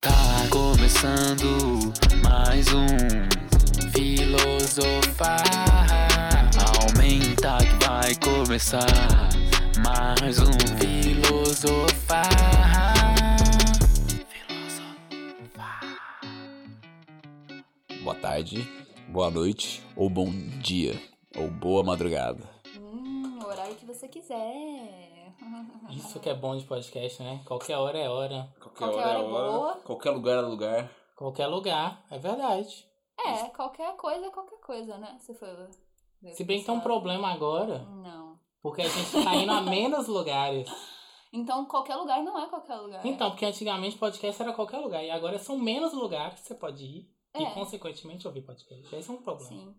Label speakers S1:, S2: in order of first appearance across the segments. S1: Tá começando mais um Filosofar. Aumenta que vai começar mais um Filosofar.
S2: Boa tarde, boa noite, ou bom dia, ou boa madrugada.
S3: Hum, o horário que você quiser.
S4: Isso que é bom de podcast, né? Qualquer hora é hora.
S2: Qualquer,
S3: Qualquer hora é boa.
S2: qualquer lugar é lugar.
S4: Qualquer lugar. É verdade.
S3: É, qualquer coisa é qualquer coisa, né? Se for. ver
S4: Se bem que tem um
S3: por esse
S4: problema agora,
S3: lado. Não.
S4: porque a gente tá indo a menos lugares.
S3: Então qualquer lugar não é qualquer lugar.
S4: Então, porque antigamente podcast era qualquer lugar. E agora são menos lugares que você pode ir.
S3: É.
S4: E, consequentemente, ouvir podcast. Esse é um problema.
S3: Sim.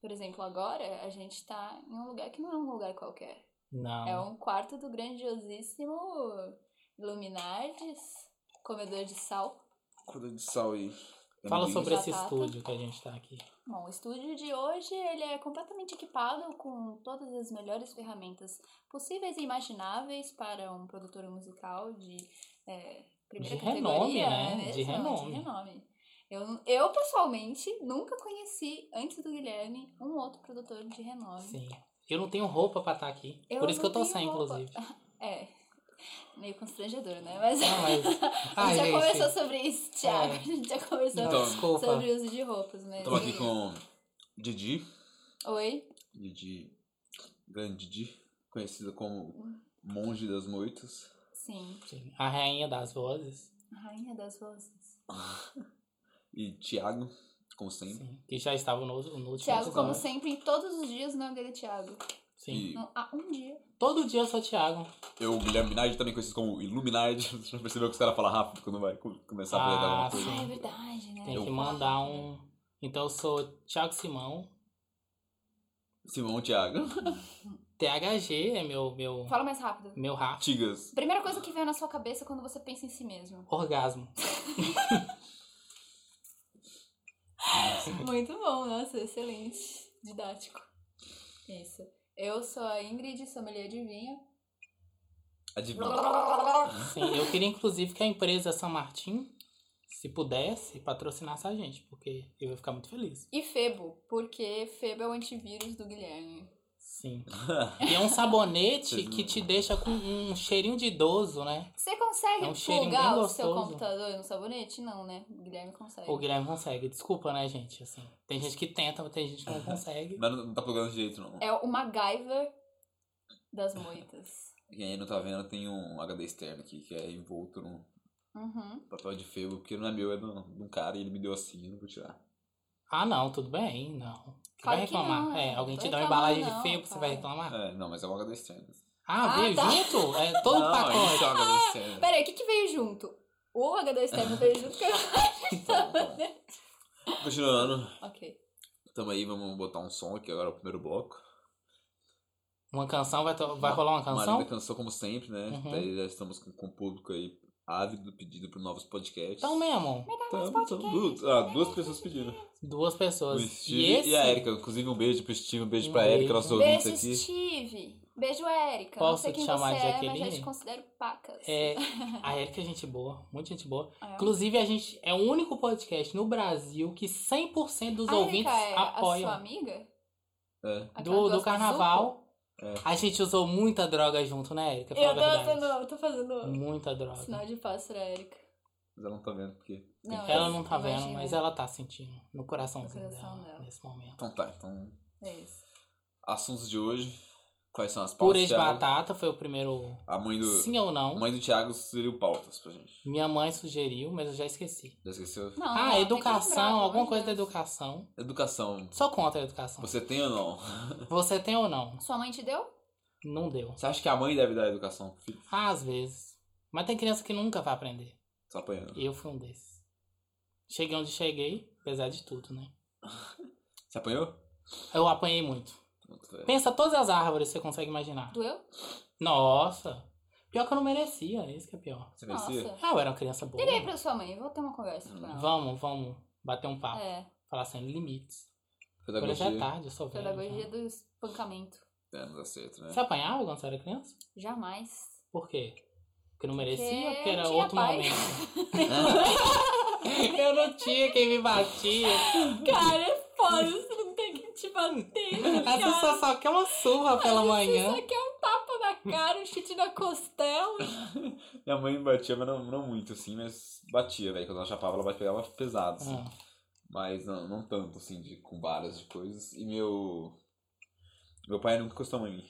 S3: Por exemplo, agora a gente tá em um lugar que não é um lugar qualquer.
S4: Não.
S3: É um quarto do grandiosíssimo Illuminades, comedor de sal.
S2: Cuida de sal e.
S4: Fala sobre esse
S3: Batata.
S4: estúdio que a gente tá aqui.
S3: Bom, o estúdio de hoje ele é completamente equipado com todas as melhores ferramentas possíveis e imagináveis para um produtor musical de é, primeira
S4: De renome,
S3: categoria, não é
S4: né? De
S3: mesmo?
S4: renome.
S3: renome. Eu, eu, pessoalmente, nunca conheci, antes do Guilherme, um outro produtor de renome.
S4: Sim. Eu não tenho roupa pra estar aqui.
S3: Eu
S4: Por isso que
S3: não
S4: eu tô
S3: tenho
S4: sem,
S3: roupa.
S4: inclusive.
S3: É, meio constrangedor, né? Mas
S4: Não, mas...
S3: a
S4: Ai,
S3: gente já conversou
S4: gente.
S3: sobre isso, Thiago.
S4: É.
S3: A gente já conversou
S4: Não, desculpa.
S3: sobre o uso de roupas. Mas...
S2: Estamos aqui com Didi.
S3: Oi?
S2: Didi. Grande Didi. Conhecido como Monge das Moitas.
S3: Sim.
S4: Sim. A rainha das vozes.
S3: Rainha das vozes.
S2: E Tiago, como sempre.
S4: Sim. Que já estava no, no último
S3: Thiago, como
S4: episódio.
S3: sempre, todos os dias o nome dele é Thiago.
S4: Sim.
S2: E
S3: Não, há um dia.
S4: Todo dia eu sou Thiago.
S2: eu, Guilherme Minardi, também conhecido como Iluminardi. Você já percebeu que os caras falam rápido quando vai co- começar a apresentar
S4: Ah,
S2: alguma coisa.
S4: sim.
S3: Ah, é verdade, né?
S4: Tem
S2: Eu
S4: que mandar um. Então eu sou Thiago Simão.
S2: Simão, Tiago.
S4: THG é meu. meu,
S3: Fala mais rápido.
S4: meu rato.
S2: Tigas.
S3: Primeira coisa que vem na sua cabeça quando você pensa em si mesmo.
S4: Orgasmo.
S3: Muito bom, nossa, excelente. Didático. Isso. Eu sou a Ingrid, sommelier de vinho.
S2: Adivinha.
S4: Sim, eu queria inclusive que a empresa San Martin, se pudesse, patrocinasse a gente, porque eu ia ficar muito feliz.
S3: E Febo, porque Febo é o antivírus do Guilherme.
S4: Sim. E é um sabonete
S2: Vocês não-
S4: que te deixa com um cheirinho de idoso, né?
S3: Você consegue
S4: É um cheirinho
S3: plugar
S4: bem
S3: o seu
S4: gostoso.
S3: computador no sabonete? Não, né? O Guilherme consegue.
S4: O Guilherme consegue. Desculpa, né, gente? Assim, tem gente que tenta, mas tem gente que não consegue.
S2: Mas não tá plugando direito, não.
S3: É o MacGyver das moitas.
S2: Quem aí não tá vendo, tem um HD externo aqui que é envolto num
S3: Uhum.
S2: papel de febo, porque não é meu, é do- de um cara e ele me deu assim, eu não vou tirar.
S4: Ah, não, tudo bem, não. Você
S3: Claro
S4: vai
S3: que
S4: reclamar.
S3: não,
S4: é,
S3: é.
S4: alguém
S3: Tô
S4: te dá uma
S3: reclamando,
S4: embalagem
S3: não,
S4: de feio, você vai
S3: claro.
S4: reclamar.
S2: É, não, mas é um HD externo.
S4: Ah,
S3: Ah,
S4: veio
S3: tá.
S4: junto? É todo
S2: não,
S4: pacote.
S2: Isso é um HD externo.
S3: Peraí, o que, que veio junto? O HD externo veio junto com né?
S2: Então, tá bom. Continuando,
S3: Ok.
S2: tamo aí, vamos botar um som aqui agora, o primeiro bloco.
S4: Uma canção, vai, to- vai
S2: Ma-
S4: rolar uma
S2: Marina
S4: canção?
S2: canção, como sempre, né?
S4: Tá um Uhum.
S2: Daí já estamos com, com o público aí ávido pedindo por novos podcasts.
S4: Então mesmo,
S2: Então, são duas, ah, duas pessoas pedindo.
S4: duas
S2: O
S4: pessoas.
S2: Steve
S4: E esse,
S2: e a Erika. Inclusive, um beijo pro Steve, um beijo
S4: Um
S2: pra Erika,
S4: beijo.
S2: nossos ouvintes
S3: Beijo,
S2: aqui.
S3: Steve. Beijo, Érica. Não
S4: Posso
S3: sei quem
S4: te chamar
S3: você
S4: de
S3: é, mas já
S4: Jaqueline?
S3: te considero pacas.
S4: é, a Erika é gente boa, muito gente boa.
S3: É.
S4: Inclusive, a gente é o único podcast no Brasil que 100% dos
S3: A
S4: ouvintes
S3: Érica é a sua
S4: apoiam
S3: amiga?
S2: É.
S3: Aquela que
S4: do,
S3: gosta
S4: do
S3: de suco? É.
S4: carnaval.
S2: suco?
S4: A gente usou muita droga junto, né, Erika? Fala
S3: Eu
S4: a
S3: tô
S4: verdade.
S3: fazendo, tô fazendo
S4: Muita droga.
S3: sinal de pássaro, Érica.
S2: Mas ela não tá vendo, porque...
S3: Não,
S4: Ela não tá
S3: Imagina.
S4: vendo, mas ela tá sentindo no coraçãozinho
S3: No coração
S4: dela,
S3: dela.
S4: nesse momento.
S2: Então tá, então...
S3: É isso.
S2: Assuntos de hoje. Quais são as pautas?
S4: Purê de
S2: Thiago?
S4: batata foi o primeiro
S2: A mãe do.
S4: sim ou
S2: A
S4: não.
S2: mãe do Thiago sugeriu pautas pra gente.
S4: Minha mãe sugeriu, mas eu já esqueci.
S2: Já esqueceu?
S3: Não, não,
S4: Ah,
S3: tem que lembrar,
S4: educação,
S3: pelo
S4: alguma
S3: amor
S4: coisa da
S3: de Deus.
S4: educação.
S2: Educação.
S4: Só conta a educação.
S2: Você tem ou não?
S4: Você tem ou não?
S3: Sua mãe te deu?
S4: Não deu. Ah,
S2: Você acha que a mãe deve dar educação pro filho?
S4: Às vezes. Mas tem criança que nunca vai aprender.
S2: Só apanhando.
S4: Eu fui um desses. Cheguei onde cheguei, apesar de tudo, né?
S2: Você apanhou?
S4: Eu apanhei muito. Pensa todas as árvores que você consegue imaginar.
S3: Doeu?
S4: Nossa. Pior que eu não merecia, isso que é pior.
S2: Você merecia?
S3: Nossa.
S4: Ah, eu era uma criança boa.
S3: Liga aí pra sua mãe, vou ter uma conversa com ela.
S4: Vamos, vamos. Bater um papo.
S3: É,
S4: Falar sem limites. Agora já tá. é
S2: Pedagogia.
S4: tarde, eu sou velho.
S3: pedagogia é
S4: já.
S3: do espancamento.
S2: É, não dá certo, né?
S4: Você apanhava quando você era criança?
S3: Jamais.
S4: Por quê? Porque não merecia?
S3: Porque
S4: Porque era
S3: não tinha
S4: outro
S3: pai.
S4: momento. Eu não tinha quem me batia.
S5: Cara, é foda, você não tem que te bater.
S4: A
S5: cara.
S4: pessoa só quer uma surra pela manhã.
S5: Isso aqui é um tapa na cara, um chute na costela.
S2: Minha mãe batia, mas não, não muito, assim, mas batia, velho. Quando ela chapava, ela pegava pesado, assim.
S4: Ah,
S2: Mas não, não tanto, assim, de, com várias de coisas. E meu. Meu pai nunca encostou em mim.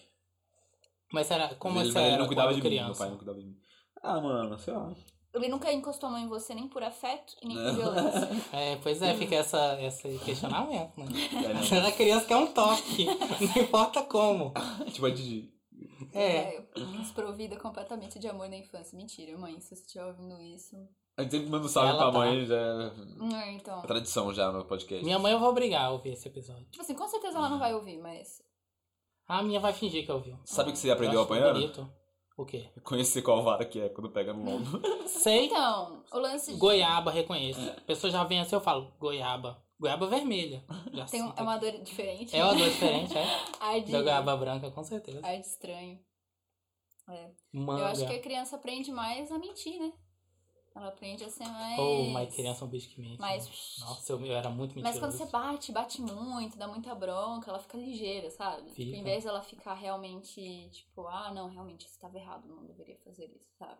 S4: Mas era como
S2: ele,
S4: você
S2: ele
S4: era
S2: não cuidava
S4: quando
S2: de mim, meu
S4: criança?
S2: pai não cuidava de mim. Ah, mano, sei lá.
S3: Ele nunca encostou a mão em você, nem por afeto e nem por
S2: Não.
S3: violência.
S4: É, pois é, fica essa, esse questionamento, né?
S2: É, não.
S4: A criança quer um toque, não importa como.
S2: tipo a Didi.
S4: É,
S3: Eu- desprovida completamente de amor na infância. Mentira, mãe, se você estiver ouvindo isso.
S2: A gente sempre manda um salve
S4: Ela
S2: pra
S4: tá.
S2: mãe, já é
S3: Ah, então.
S2: tradição já no podcast.
S4: minha mãe eu vou obrigar a ouvir esse episódio. Ah,
S3: Tipo assim, com certeza ela não vai ouvir, mas.
S4: A minha vai fingir que ouviu.
S2: Sabe o que você aprendeu
S4: Eu acho
S2: apanhando?
S4: bonito. O quê?
S2: Conhecer qual vara que é quando pega no lombo.
S4: Sei,
S3: Então, o lance de.
S4: goiaba reconheço. A pessoa já vem assim, eu falo, goiaba. Goiaba vermelha. Já
S3: Tem um-
S4: sinto
S3: é uma
S4: aqui.
S3: dor diferente.
S4: É uma dor diferente, é?
S3: Ar de,
S4: Da goiaba branca, com certeza.
S3: ar de estranho. É.
S4: Manga.
S3: Eu acho que a criança aprende mais a mentir, né? Ela aprende a ser mais.
S4: Oh, mas criança é um bicho que mente.
S3: mais.
S4: né? Nossa, eu, eu era muito
S3: Mas
S4: mentiroso.
S3: quando você bate, bate muito, dá muita bronca, ela fica ligeira, sabe? Tipo,
S4: Fica.
S3: em vez dela ficar realmente, tipo, ah, não, realmente isso estava errado, não deveria fazer isso, sabe?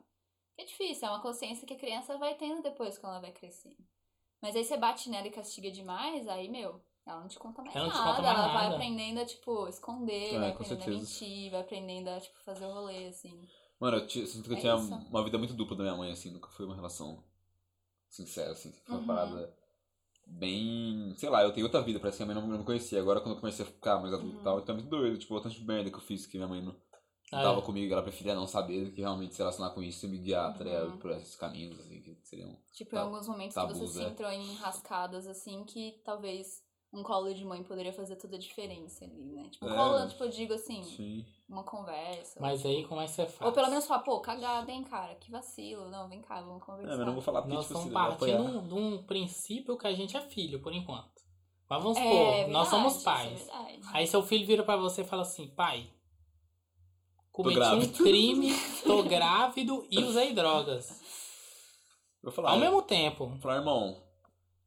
S3: É difícil, é uma consciência que a criança vai tendo depois quando ela vai crescendo. Mas aí você bate nela e castiga demais, aí, meu, ela não te conta mais
S4: Ela não te
S3: nada.
S4: conta mais
S3: ela vai
S4: nada.
S3: aprendendo a, tipo, esconder,
S2: É,
S3: vai
S2: com
S3: aprendendo a
S2: certeza.
S3: mentir, vai aprendendo a, tipo, fazer o rolê, assim.
S2: Mano, eu, ti- eu sinto que eu
S3: É
S2: tinha
S3: isso.
S2: uma vida muito dupla da minha mãe, assim, nunca foi uma relação sincera, assim, foi uma
S3: Uhum.
S2: parada bem, sei lá, eu tenho outra vida, parece que a minha mãe não, não conhecia, agora quando eu comecei a ficar mais adulto e
S3: Uhum.
S2: tal, então é muito doido, tipo, o tanto de merda que eu fiz que minha mãe não, não
S4: Ah,
S2: tava
S4: é.
S2: comigo, ela preferia não saber do que realmente se relacionar com isso e me guiar, tá
S3: Uhum.
S2: ligado, por esses caminhos, assim, que seriam...
S3: Tipo, em
S2: Tá-
S3: alguns momentos que você
S2: tabus,
S3: se
S2: né?
S3: entrou em rascadas, assim, que talvez um colo de mãe poderia fazer toda a diferença ali, né? Tipo,
S2: É.
S3: colo, tipo, eu digo assim,
S2: Sim.
S3: uma conversa.
S4: Mas aí, como é que você faz?
S3: Ou pelo menos falar, pô, cagada, hein, cara, que vacilo. Não, vem cá, vamos
S2: É,
S3: conversar.
S2: mas eu não vou falar porque,
S4: Nós
S2: tipo,
S4: estamos
S2: assim, vai apanhar.
S4: partindo de um princípio que a gente é filho, por enquanto. Mas vamos
S3: É,
S4: supor, nós
S3: verdade,
S4: somos
S3: isso é
S4: pais.
S3: verdade.
S4: Aí seu filho vira pra você e fala assim, pai, cometi um
S2: grávido."
S4: crime, tô grávido e usei drogas.
S2: Eu vou falar,
S4: Ao
S2: eu
S4: mesmo tempo.
S2: vou falar, irmão,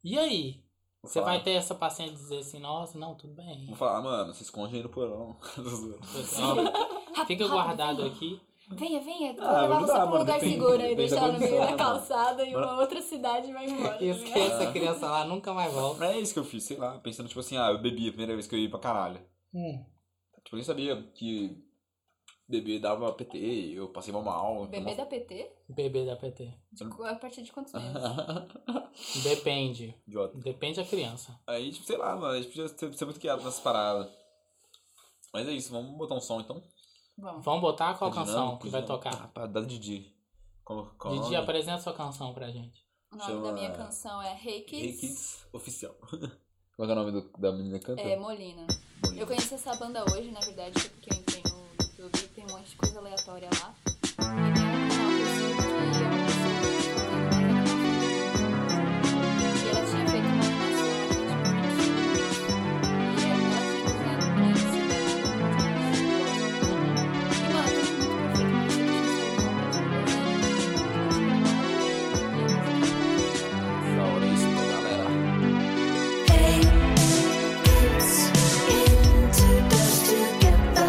S4: E aí?
S2: vou
S4: Você
S2: falar,
S4: vai ter essa paciência de dizer assim, nossa, não, tudo bem.
S2: Vou falar, mano, se esconde aí no porão.
S3: Rápido,
S4: Fica
S3: rápido,
S4: guardado aqui.
S3: Venha, venha, vou
S2: Ah,
S3: levar
S2: não
S3: você
S2: dá,
S3: pra um
S2: mano,
S3: lugar
S2: tem-
S3: seguro aí,
S2: tem
S3: deixar ela no meio da
S2: condição, né? mano.
S3: calçada e uma
S2: Mano.
S3: outra cidade vai embora.
S4: E
S3: tá ligado?
S4: esquece a criança lá, nunca mais volta.
S2: Mas é isso que eu fiz, sei lá, pensando, tipo assim, ah, eu bebi a primeira vez que eu ia pra caralho.
S4: Hum.
S2: Tipo, eu nem sabia que bebê dava PT, eu passei mal mal.
S3: Bebê da PT?
S4: Bebê da PT.
S2: Hum.
S3: A partir de quantos meses?
S4: Depende.
S2: Idiota.
S4: Depende da criança.
S2: Aí, tipo, sei lá, mano, a gente podia ser, ser muito guiado nessas paradas. Mas é isso, vamos botar um som então.
S3: Bom,
S4: Vamos botar qual
S2: Tá
S3: um
S4: canção
S2: dinâmico,
S4: que vai
S2: né?
S4: tocar?
S2: Ah, pra- da Didi. Qual, qual
S4: Didi,
S2: nome?
S4: apresenta sua canção pra gente.
S3: o nome da minha
S2: chama-
S3: canção é Hey
S2: Hey
S3: Kids,
S2: Kids Oficial. Qual é o nome do- da menina que canta?
S3: é, Molina.
S2: Bonita.
S3: Eu conheci essa banda hoje, na verdade, foi porque eu entrei no YouTube, tem um monte de coisa aleatória lá. E tem um canal que eu sigo que é uma pessoa que E ela tinha feito uma animação.
S2: Da hora isso, então, galera.
S6: Hey, kids into dust together.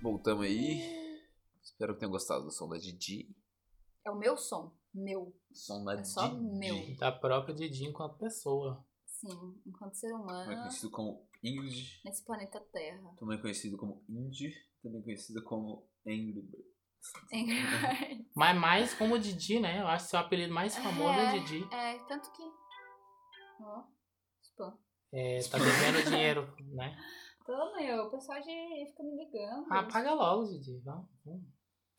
S2: voltamos aí. Espero que tenham gostado do som da Didi.
S3: É o meu som. Meu.
S2: Som da
S3: É só
S2: Didi.
S3: meu.
S4: Da própria Didi enquanto pessoa.
S3: Sim, enquanto ser
S2: Também
S3: humano
S2: conhecido como Ingrid.
S3: nesse planeta Terra.
S2: Também conhecido como Indy. Também conhecido como Angry Bird.
S4: Mas mais como Didi, né? Eu acho que seu apelido mais famoso é, Didi.
S3: É, tanto que. Ó. Spam.
S4: É, tá devendo dinheiro, né?
S3: Tô, Então, meu. O pessoal de... fica me ligando.
S4: Ah, Apaga logo, Didi. Vamos. vamos.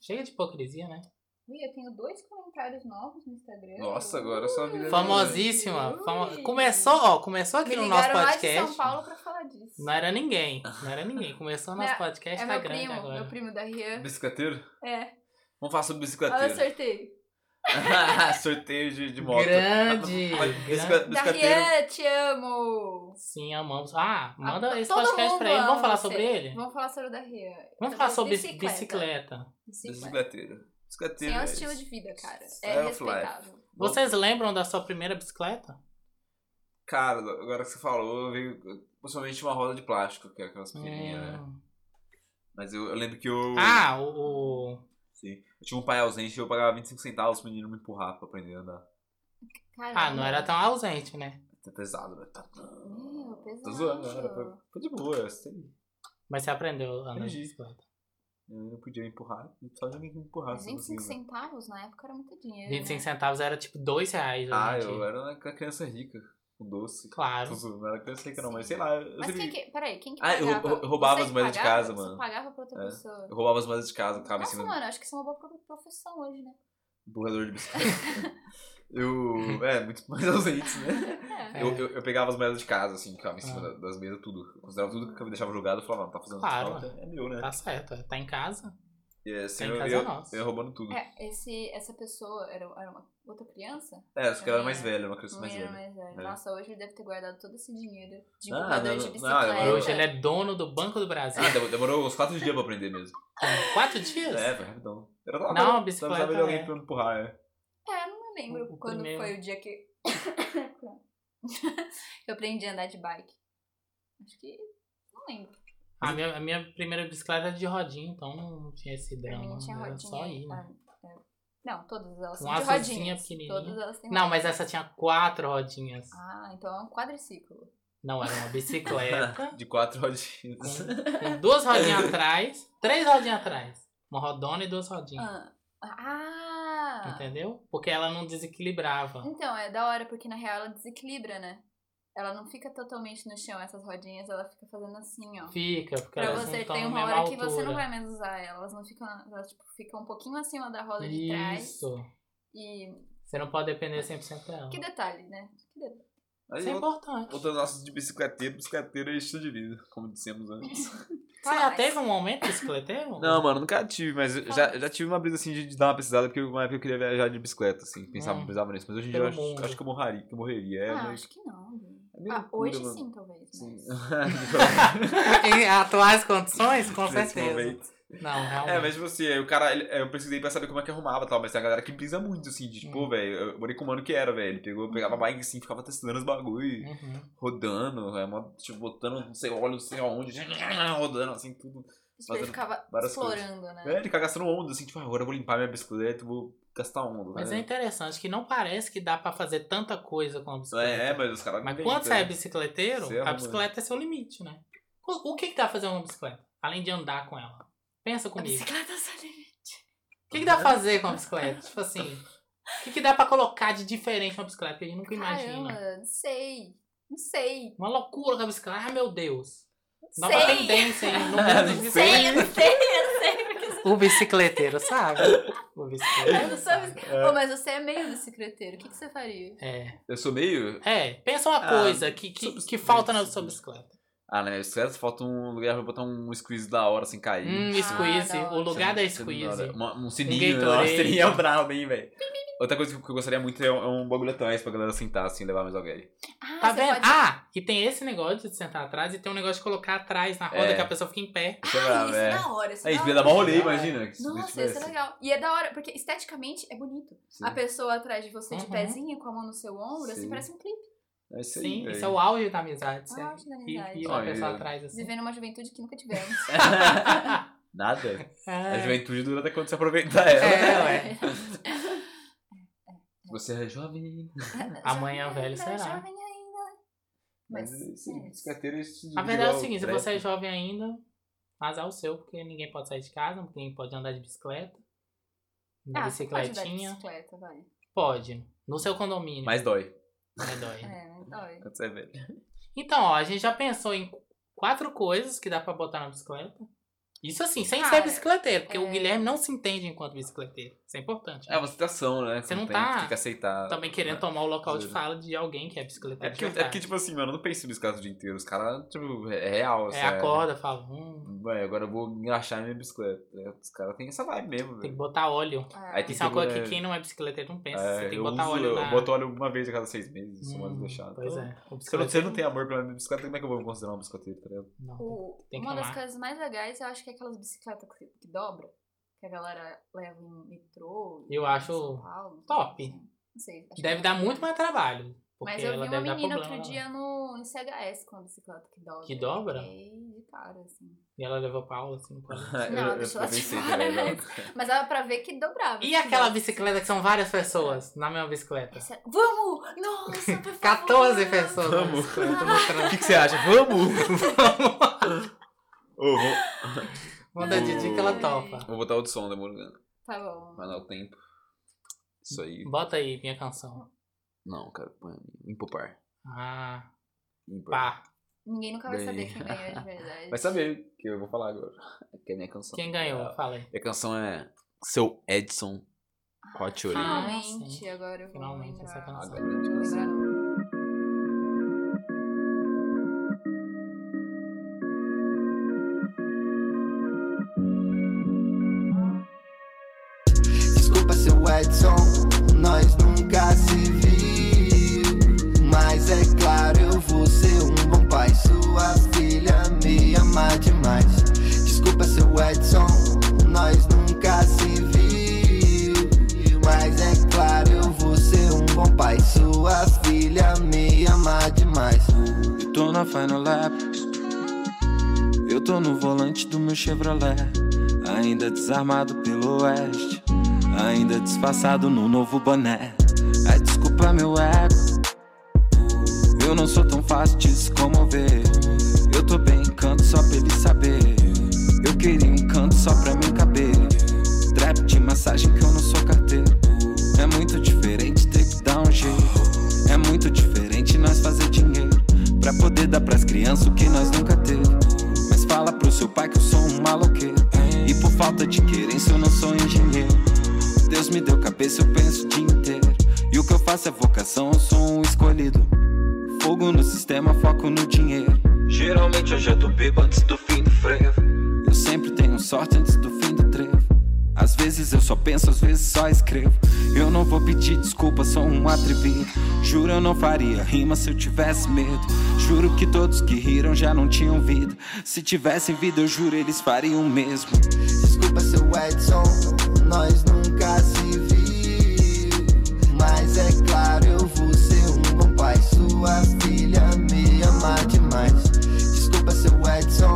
S4: Chega de hipocrisia, né?
S3: Ui, eu tenho dois comentários novos no Instagram.
S2: Nossa, agora sua vida é
S4: Famosíssima. famo-
S3: Ui.
S4: Começou, ó, começou aqui
S3: Me
S4: no nosso
S3: ligaram lá de São
S4: podcast.
S3: Paulo pra falar disso.
S4: Não era ninguém. Não era ninguém. Começou o nosso
S3: É-
S4: podcast,
S3: é
S4: tá
S3: meu
S4: grande
S3: primo,
S4: agora.
S3: meu primo da Rian.
S2: Bicicleteiro?
S3: É.
S2: Vamos falar sobre
S3: Olha o
S2: bicicleteiro.
S3: sorteio.
S2: Sorteio de, de moto.
S4: Grande,
S2: Bisca-
S4: grande.
S3: Da
S2: Biscateiro.
S3: Rian, te amo!
S4: Sim, amamos. Ah, manda
S3: Ah,
S4: esse
S3: todo
S4: podcast
S3: mundo
S4: pra ele.
S3: ama
S4: Vamos falar
S3: você.
S4: sobre ele?
S3: Vamos falar sobre o da Rian.
S4: Vamos falar sobre bicicleta.
S3: Bicicleta.
S2: Bicicleteiro.
S3: Sim,
S2: Bicicleteiro.
S3: é um
S2: é
S3: estilo
S2: isso.
S3: de vida, cara. É
S2: Self-life.
S3: respeitável.
S4: Vocês lembram da sua primeira bicicleta?
S2: Cara, agora que você falou, veio principalmente uma roda de plástico, que é aquelas pequenininhas, né?
S4: Hum.
S2: Mas eu, eu lembro que eu,
S4: Ah, o, o-
S2: sim, eu tinha um pai ausente e eu pagava 25 centavos pro menino me empurrar pra aprender a andar.
S3: Caramba.
S4: Ah, não era tão ausente, né?
S2: Até pesado, velho. Tá...
S3: Meu,
S2: Tô zoando, era.
S3: pesado.
S2: Foi, foi de boa, eu sei.
S4: Mas você aprendeu a andar de
S2: Entendi.
S4: bicicleta.
S2: Eu não podia empurrar, né? só ninguém que me empurrasse. eu
S3: 25
S2: conseguia.
S3: centavos na época era muito dinheiro. né?
S4: 25 centavos era tipo 2 reais.
S2: Ah,
S4: gente.
S2: eu era uma criança rica, com doce.
S4: Claro.
S2: Não era criança rica, não, mas sei lá. Eu,
S3: Mas
S2: sempre-
S3: quem que. Peraí, quem que.
S2: Ah, eu
S3: pagava?
S2: rou- eu roubava
S3: Você
S2: as moedas de
S3: pagava?
S2: casa,
S3: Você
S2: mano.
S3: pagava pra outra
S2: É.
S3: pessoa.
S2: eu roubava as moedas de casa, ficava em
S3: Nossa,
S2: cima
S3: mano, acho que isso é uma boa profissão hoje, né?
S2: borrador de bicicleta. eu. É, muito mais ausente, né?
S3: É.
S2: Eu, eu, eu pegava as moedas de casa, assim, ficava em cima
S4: Ah.
S2: da- das mesas, tudo. Eu considerava tudo que eu me deixava jogado, eu falava, não, tá fazendo
S4: Claro,
S2: falta, é meu, né?
S4: Tá certo, tá em casa.
S2: E assim,
S4: Tá em
S2: eu,
S4: casa
S2: eu,
S4: é nosso.
S2: eu ia roubando tudo. É,
S3: É, esse, essa pessoa era, era uma outra criança?
S2: só que ela era mais
S3: É.
S2: velha, uma criança
S3: Um
S2: mais
S3: menino
S2: velha.
S3: mais velho.
S2: É.
S3: Nossa, hoje ele deve ter guardado todo esse dinheiro de
S2: Ah,
S3: empurrador
S2: não,
S3: de
S2: não, não,
S3: bicicleta.
S2: É.
S4: E hoje ele é dono do Banco do Brasil.
S2: Ah, demorou, demorou uns quatro dias pra aprender mesmo.
S4: Em Quatro dias?
S2: É, foi rapidão. Era tava
S4: Não,
S2: bom,
S4: a
S2: só
S4: bicicleta,
S2: precisava de alguém
S4: é.
S2: pra me empurrar, é.
S3: É, eu não me lembro
S4: O- o
S3: quando
S4: primeiro.
S3: foi o dia que. eu aprendi a andar de bike. Acho que. Não lembro.
S4: A, minha, a minha primeira bicicleta era de rodinha, então não tinha esse
S3: Pra
S4: drama.
S3: mim tinha
S4: era
S3: rodinha.
S4: só ir, né?
S3: Ah, é. Não, todas elas
S4: Com
S3: são de
S4: açozinha
S3: rodinhas.
S4: pequenininha.
S3: Todas elas têm
S4: Não, mas
S3: rodinhas.
S4: essa tinha quatro rodinhas.
S3: Ah, então é um quadriciclo.
S4: Não, era uma bicicleta
S2: De quatro rodinhas.
S4: com, com duas rodinhas atrás, três rodinhas atrás. Uma rodona e duas rodinhas.
S3: Ah. Ah!
S4: Entendeu? Porque ela não desequilibrava.
S3: Então, é da hora, porque na real ela desequilibra, né? Ela não fica totalmente no chão, essas rodinhas, ela fica fazendo assim, ó.
S4: Fica, porque
S3: Pra
S4: elas não
S3: você,
S4: estão
S3: tem
S4: na
S3: uma
S4: mesma
S3: hora
S4: altura.
S3: que você não vai mais usar ela. Elas não ficam. Elas tipo, ficam um pouquinho acima da roda de trás.
S4: Isso.
S3: E.
S4: Você não pode depender 100% dela.
S3: Que detalhe, né? Que detalhe.
S2: Aí,
S4: Isso é
S2: voltando
S4: importante.
S2: ao nosso de bicicleteiro, bicicleteiro é estilo de vida, como dissemos antes.
S4: é Você já
S3: Mas-
S4: teve um momento bicicleteiro?
S2: Não, mano, nunca tive, mas eu já,
S3: Fala.
S2: já tive uma brisa assim de, de dar uma pesquisada, porque uma época eu queria viajar de bicicleta, assim, pensava,
S4: Hum.
S2: pensava nisso, mas hoje em dia eu
S4: Pelo
S2: acho,
S4: mundo.
S2: acho que eu morraria, que eu morreria. É,
S3: ah,
S2: mas-
S3: acho que não. Gui.
S2: é meio
S3: Ah,
S2: loucura,
S3: hoje
S2: mano.
S3: sim, talvez.
S2: Sim.
S3: Mas...
S4: em atuais condições? Com
S2: Nesse
S4: certeza.
S2: momento.
S4: Não, realmente.
S2: É, mas tipo assim, aí o cara, ele- eu precisei pra saber como é que arrumava e tal, mas tem a galera que brisa muito, assim, de tipo,
S4: Hum.
S2: velho, eu morei com um mano que era, velho, ele pegou, pegava
S3: Uhum.
S2: bike assim, ficava testando os bagulho,
S4: Uhum.
S2: rodando, é, mó- tipo, botando, não sei, óleo, não sei aonde, rodando, assim, tudo.
S3: Tipo, ele
S2: Fazendo
S3: ficava
S2: várias coisas.
S3: explorando, né?
S2: É, ele fica gastando onda, assim, tipo, ah, agora eu vou limpar minha bicicleta, vou gastar onda.
S4: Mas é
S2: né?
S4: interessante que não parece que dá pra fazer tanta coisa com a bicicleta.
S2: é, é, mas os caras.
S4: Mas
S2: inventam,
S4: quando você é
S2: né?
S4: bicicleteiro,
S2: Você
S4: a
S2: arruma.
S4: bicicleta é seu limite, né? O o que que dá pra fazer uma bicicleta? Além de andar com ela. Pensa
S3: A
S4: comigo.
S3: bicicleta tá sabe?
S4: O que que dá pra fazer com a bicicleta? Tipo assim, o que que dá pra colocar de diferente uma bicicleta que a gente nunca imagina?
S3: Caramba, Ah, não sei. Não sei.
S4: Uma loucura com a bicicleta. Ai, meu Deus.
S3: Não
S4: Nova
S3: sei.
S4: tendência hein? no
S2: É,
S4: mundo
S2: não
S4: de
S3: Sei,
S4: bicicleta.
S3: eu não sei, eu não sei. Porque... você-
S4: O bicicleteiro, sabe? O bicicleteiro.
S3: Eu não sou
S4: sabe.
S3: Pô, mas você é meio bicicleteiro. O que, que você faria?
S4: É.
S2: Eu sou meio.
S4: É, pensa uma
S2: Ah,
S4: coisa que, que,
S2: sobre-
S4: que falta na sua bicicleta.
S2: Ah, né? Bicicleta falta um lugar pra botar um squeeze da hora, assim, cair.
S4: Hum,
S3: Ah,
S4: squeeze.
S3: da hora.
S4: o lugar da
S2: Você não- você não
S4: squeeze.
S2: dá- uma- um
S4: Um
S2: sininho,
S4: Gatorade.
S2: nossa, sininho é brabo, hein, velho. Outra coisa que eu gostaria muito é um, é um bagulho atrás pra galera sentar, assim, levar mais alguém.
S3: Ah,
S4: Tá
S3: você
S4: vendo?
S3: pode-
S4: Ah, e tem esse negócio de sentar atrás e tem um negócio de colocar atrás na roda
S2: É.
S4: que a pessoa fica em pé.
S2: Isso é
S3: Ah,
S2: brabo,
S3: isso
S2: é.
S3: é da hora. Isso
S2: É,
S3: é
S2: isso
S3: da
S2: ia dar
S3: hora.
S2: mó rolê,
S4: É.
S2: imagina. que se
S3: Nossa,
S2: tivesse.
S3: isso é legal. E é da hora, porque esteticamente é bonito.
S2: Sim.
S3: A pessoa atrás de você de
S4: Uhum.
S3: pezinho, com a mão no seu ombro, assim,
S2: Sim.
S3: parece um clipe.
S2: É isso aí,
S4: Sim,
S2: velho.
S4: isso é o auge da amizade.
S3: Ah, acho da
S4: E,
S3: amizade.
S4: e a
S2: Olha.
S4: pessoa atrás assim.
S3: Vivendo uma juventude que nunca tivemos.
S2: Nada. A
S4: Ah,
S2: juventude dura até quando você aproveitar ela.
S4: É, ué.
S2: Você é jovem.
S4: Amanhã
S3: Jovem
S4: velho
S3: ainda,
S4: será.
S3: jovem ainda.
S2: Mas,
S3: É, tipo
S2: sim, os carteiros.
S4: A verdade é o seguinte, se você é jovem ainda, azar o seu, porque ninguém pode sair de casa, ninguém pode andar de bicicleta, de
S3: Ah, você pode andar de
S4: bicicletinha.
S3: bicicleta, vai.
S4: Pode. No seu condomínio.
S2: Mas dói.
S4: né, dói.
S3: É, não dói.
S2: Quando você é velho.
S4: Então, ó, a gente já pensou em quatro coisas que dá pra botar na bicicleta. Isso assim, sem
S3: Cara,
S4: ser bicicleteiro, porque
S3: é.
S4: o Guilherme não se entende enquanto bicicleteiro. Isso é importante.
S2: É uma situação, né?
S4: Você não
S2: tem,
S4: tá
S2: Tem que aceitar.
S4: Também querendo tomar o local de
S2: Juro.
S4: fala de alguém que é
S2: É
S4: bicicleteiro.
S2: porque,
S4: de
S2: é porque,
S4: verdade.
S2: tipo assim, mano, eu não penso nisso caras o dia inteiro. Os caras, tipo, é real.
S4: É,
S2: sabe?
S4: acorda, fala, hum,
S2: Ué, agora eu vou engraxar minha bicicleta. É, Os caras têm essa vibe mesmo,
S4: tem que
S2: velho.
S4: botar óleo.
S3: Ah,
S2: Aí tem
S4: Isso é uma coisa
S2: É.
S4: que quem não é bicicleteiro não pensa.
S2: É,
S4: você tem que
S2: eu
S4: botar
S2: uso-
S4: óleo na...
S2: Eu boto óleo uma vez a cada seis meses, isso
S4: Hum,
S2: mais deixado.
S4: Pois
S2: Então,
S4: é. O
S2: Se você não
S4: bicicleteiro-
S2: tem amor pela minha bicicleta, como é que eu vou me considerar um bicicleteiro, tá ligado?
S4: Não, tem-
S3: O-
S4: tem que
S3: uma das
S4: amar.
S3: coisas mais legais, eu acho que é aquelas bicicletas que, que dobra, que a galera leva em metrô.
S4: Eu
S3: em
S4: acho
S3: São Paulo,
S4: top.
S3: assim. Não sei. acho
S4: Deve
S3: que- é.
S4: dar muito mais trabalho. Porque
S3: Mas eu
S4: ela
S3: vi uma
S4: deve dar
S3: menina
S4: problema.
S3: outro
S4: lá.
S3: dia no, no CHS com a bicicleta que dobra.
S4: Que dobra?
S3: Eu fiquei de cara, assim.
S4: E ela levou pra aula, assim, no colégio.
S3: Não, deixa eu
S2: É, pensei tá
S3: ativar,
S2: também,
S3: né?
S2: não.
S3: Mas dava pra ver que dobrava. assim,
S4: E
S3: que
S4: aquela
S3: dobrava.
S4: bicicleta que são várias pessoas na mesma bicicleta?
S3: Essa- é, Vamos! Nossa, por favor!
S4: 14 pessoas na
S2: Vamos.
S4: bicicleta
S2: O
S4: mostrando.
S2: que, que você acha? Vamos! Ô, vou,
S4: Manda a Didi que ela topa.
S2: vou botar outro som, demorando.
S3: Tá bom.
S2: Vai dar o tempo. Isso aí.
S4: Bota aí minha canção.
S2: Não, cara, põe impopar.
S4: Ah,
S2: Impar.
S4: pá.
S3: Ninguém nunca vai
S2: Bem.
S3: saber quem ganhou de verdade.
S2: Vai
S4: Ah,
S2: saber que eu vou falar agora. Que é a minha canção.
S4: Quem ganhou?
S2: Ah,
S4: Fala aí.
S2: Minha canção é Seu Edson Hotchuri.
S4: Ah,
S3: Finalmente,
S4: sim.
S3: agora eu vou
S4: Finalmente
S3: lembrar.
S4: essa
S2: A
S4: canção.
S2: grande
S3: Vou
S2: canção.
S3: lembrar não.
S6: Desculpa seu Edson, nós nunca se viu. Mas é claro, eu vou ser um bom pai. Sua filha me ama demais. Desculpa seu Edson, nós nunca se viu. Mas é claro, eu vou ser um bom pai. Sua filha me ama demais.
S7: Eu tô na Final Lap. Eu tô no volante do meu Chevrolet. Ainda desarmado pelo oeste. Ainda disfarçado no novo boné. É desculpa meu ego. Eu não sou tão fácil de se comover. Eu tô bem em canto só pra ele saber. Eu queria um canto só pra mim caber. Trap de massagem que eu não sou carteiro. É muito diferente ter que dar um jeito. É muito diferente nós fazer dinheiro Pra poder dar pras crianças o que nós nunca teve Mas fala pro seu pai que eu sou um maloqueiro E por falta de querência eu não sou um engenheiro Deus me deu cabeça, eu penso o dia inteiro E o que eu faço é vocação, eu sou um escolhido Fogo no sistema, foco no dinheiro Geralmente eu já tô bêbado antes do fim do frevo Eu sempre tenho sorte antes do fim do trevo às vezes eu só penso, às vezes só escrevo. Eu não vou pedir desculpa, sou um atrevido. Juro eu não faria rima se eu tivesse medo. Juro que todos que riram já não tinham vida. Se tivessem vida, eu juro eles fariam o mesmo.
S6: Desculpa seu Edson, nós nunca se viu. Mas é claro, eu vou ser um bom pai. Sua filha me ama demais. Desculpa seu Edson,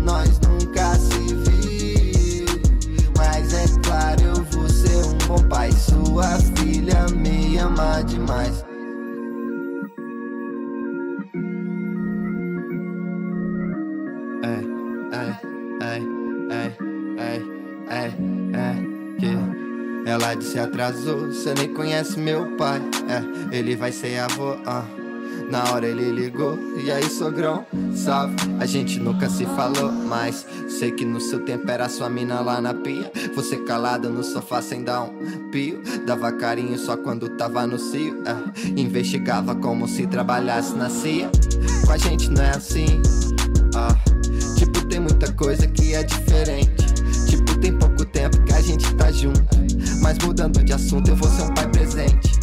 S6: nós nunca se viu. Mas é claro, eu vou ser um bom pai. Sua filha me ama demais.
S7: Ei,
S6: É,
S7: ei, ei, ei, ei, ei,
S6: é,
S7: ei, que
S6: Ela disse atrasou, cê nem conhece meu pai. É, ele vai ser avô, ah. Na hora ele ligou, e aí sogrão, salve. A gente nunca se falou, mas sei que no seu tempo era sua mina lá na pia. Você calada no sofá sem dar um pio. Dava carinho só quando tava no cio. É, investigava como se trabalhasse na CIA. Com a gente não é assim, ah. Tipo, tem muita coisa que é diferente. Tipo, tem pouco tempo que a gente tá junto. Mas mudando de assunto, eu vou ser um pai presente.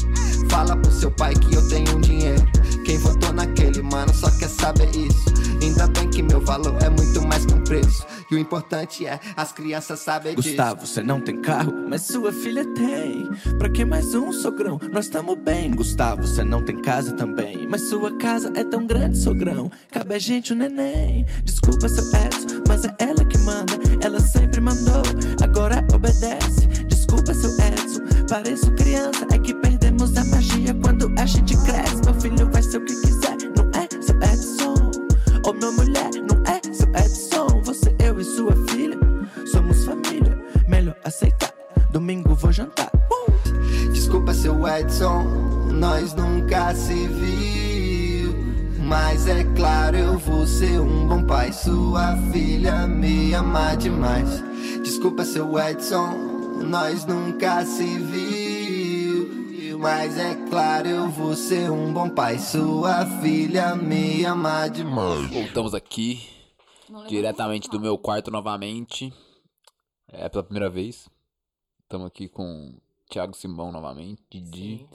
S6: Fala pro seu pai que eu tenho um dinheiro. Quem votou naquele mano só quer saber isso. Ainda bem que meu valor é muito mais que um preço. E o importante é as crianças saberem disso.
S7: Gustavo, você não tem carro, mas sua filha tem. Pra que mais um sogrão? Nós tamo bem. Gustavo, você não tem casa também, mas sua casa é tão
S8: um
S7: grande, sogrão. Cabe a gente o neném. Desculpa seu Edson, mas é ela que manda.
S8: ela sempre mandou, agora obedece. Desculpa, seu Edson, pareço criança. É que perdemos a magia quando a gente cresce. Meu filho vai ser o que quiser, não é, seu Edson? Ou minha mulher, não é, seu Edson? Você, eu e sua filha, somos família. Melhor aceitar, domingo vou jantar. Uh!
S6: Desculpa, seu Edson, nós nunca se viu. Mas é claro, eu vou ser um bom pai. Sua filha me ama demais. Desculpa, seu Edson, nós nunca se viu. Mas é claro, eu vou ser um bom pai. Sua filha me ama demais.
S2: Voltamos aqui,
S3: Não lembro
S2: diretamente do
S3: muito,
S2: meu quarto novamente. É pela primeira vez. Estamos aqui com Thiago Simão novamente. Didi.
S4: Sim,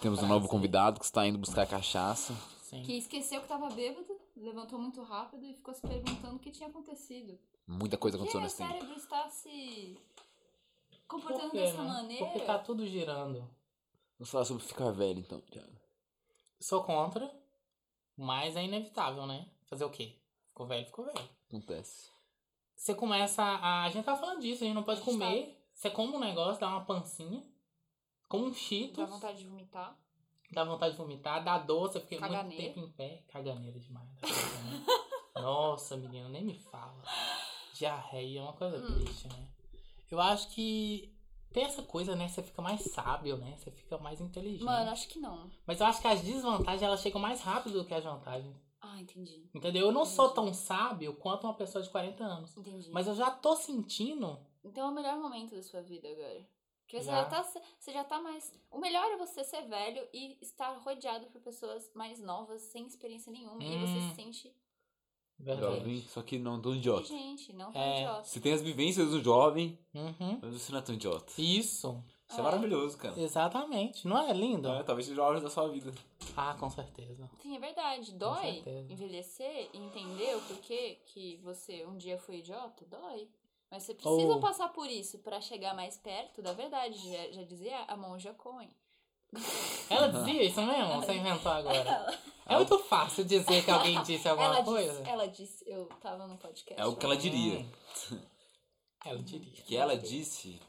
S2: Temos um novo convidado que está indo buscar cachaça.
S3: não.
S4: sim.
S3: Que esqueceu que tava bêbado, levantou muito rápido e ficou se perguntando o que tinha acontecido.
S2: Muita coisa
S3: Por que
S2: aconteceu
S3: meu
S2: nesse tempo.
S3: cérebro está se
S4: Por
S3: comportando
S4: quê,
S3: dessa
S4: né?
S3: maneira?
S4: Porque tá tudo girando.
S2: Vamos falar sobre ficar velho então, Thiago.
S4: Sou contra, mas é inevitável, né? Fazer o quê? Ficou velho, ficou velho.
S2: Acontece.
S4: Você começa a. A gente tá falando disso, a gente não pode
S3: A gente
S4: comer. Você come um negócio, dá uma pancinha. Come um cheetos,
S3: Dá vontade de vomitar.
S4: dá vontade de vomitar, dá dor, você fica muito
S3: Caganeira.
S4: tempo em pé. Caganeira demais. dá caganeira. Nossa, menina, nem me fala. Diarreia é uma coisa
S3: Hum.
S4: triste, né? Eu acho que tem essa coisa, né? Você fica mais sábio, né? Você fica mais inteligente.
S3: Mano, acho que não.
S4: Mas eu acho que as desvantagens elas chegam mais rápido do que as vantagens.
S3: Ah, entendi.
S4: Entendeu? Eu não sou tão sábio quanto uma pessoa de 40 anos.
S3: Entendi.
S4: Mas eu já tô sentindo.
S3: Então é o melhor momento da sua vida agora. Porque você
S4: Já.
S3: já. tá, você já tá mais. O melhor é você ser velho e estar rodeado por pessoas mais novas, sem experiência nenhuma. E você
S4: Hum.
S3: se sente.
S4: Verdade.
S2: Jovem, só que não tão
S3: "Ih,
S2: idiota.
S3: Gente, não tá
S4: É.
S3: idiota.
S2: Você tem as vivências do jovem,
S4: Uhum.
S2: mas você não é tão idiota.
S4: Isso.
S2: Isso é maravilhoso, cara.
S4: Exatamente. Não Ah. é lindo?
S2: Não, é, talvez seja a hora da sua vida.
S4: Ah, com certeza.
S3: Sim, é verdade. Dói
S4: certeza.
S3: envelhecer e entender o porquê que você um dia foi idiota. Dói. Mas você precisa
S4: Oh.
S3: passar por isso pra chegar mais perto da verdade. Já, já dizia a monja Cohen.
S4: Ela dizia isso mesmo? Você inventou agora. É muito fácil dizer que alguém disse alguma
S3: Ela
S4: coisa.
S3: disse, ela disse, eu tava no podcast.
S2: É o que ela diria.
S4: Hum. Ela diria.
S2: Que ela disse.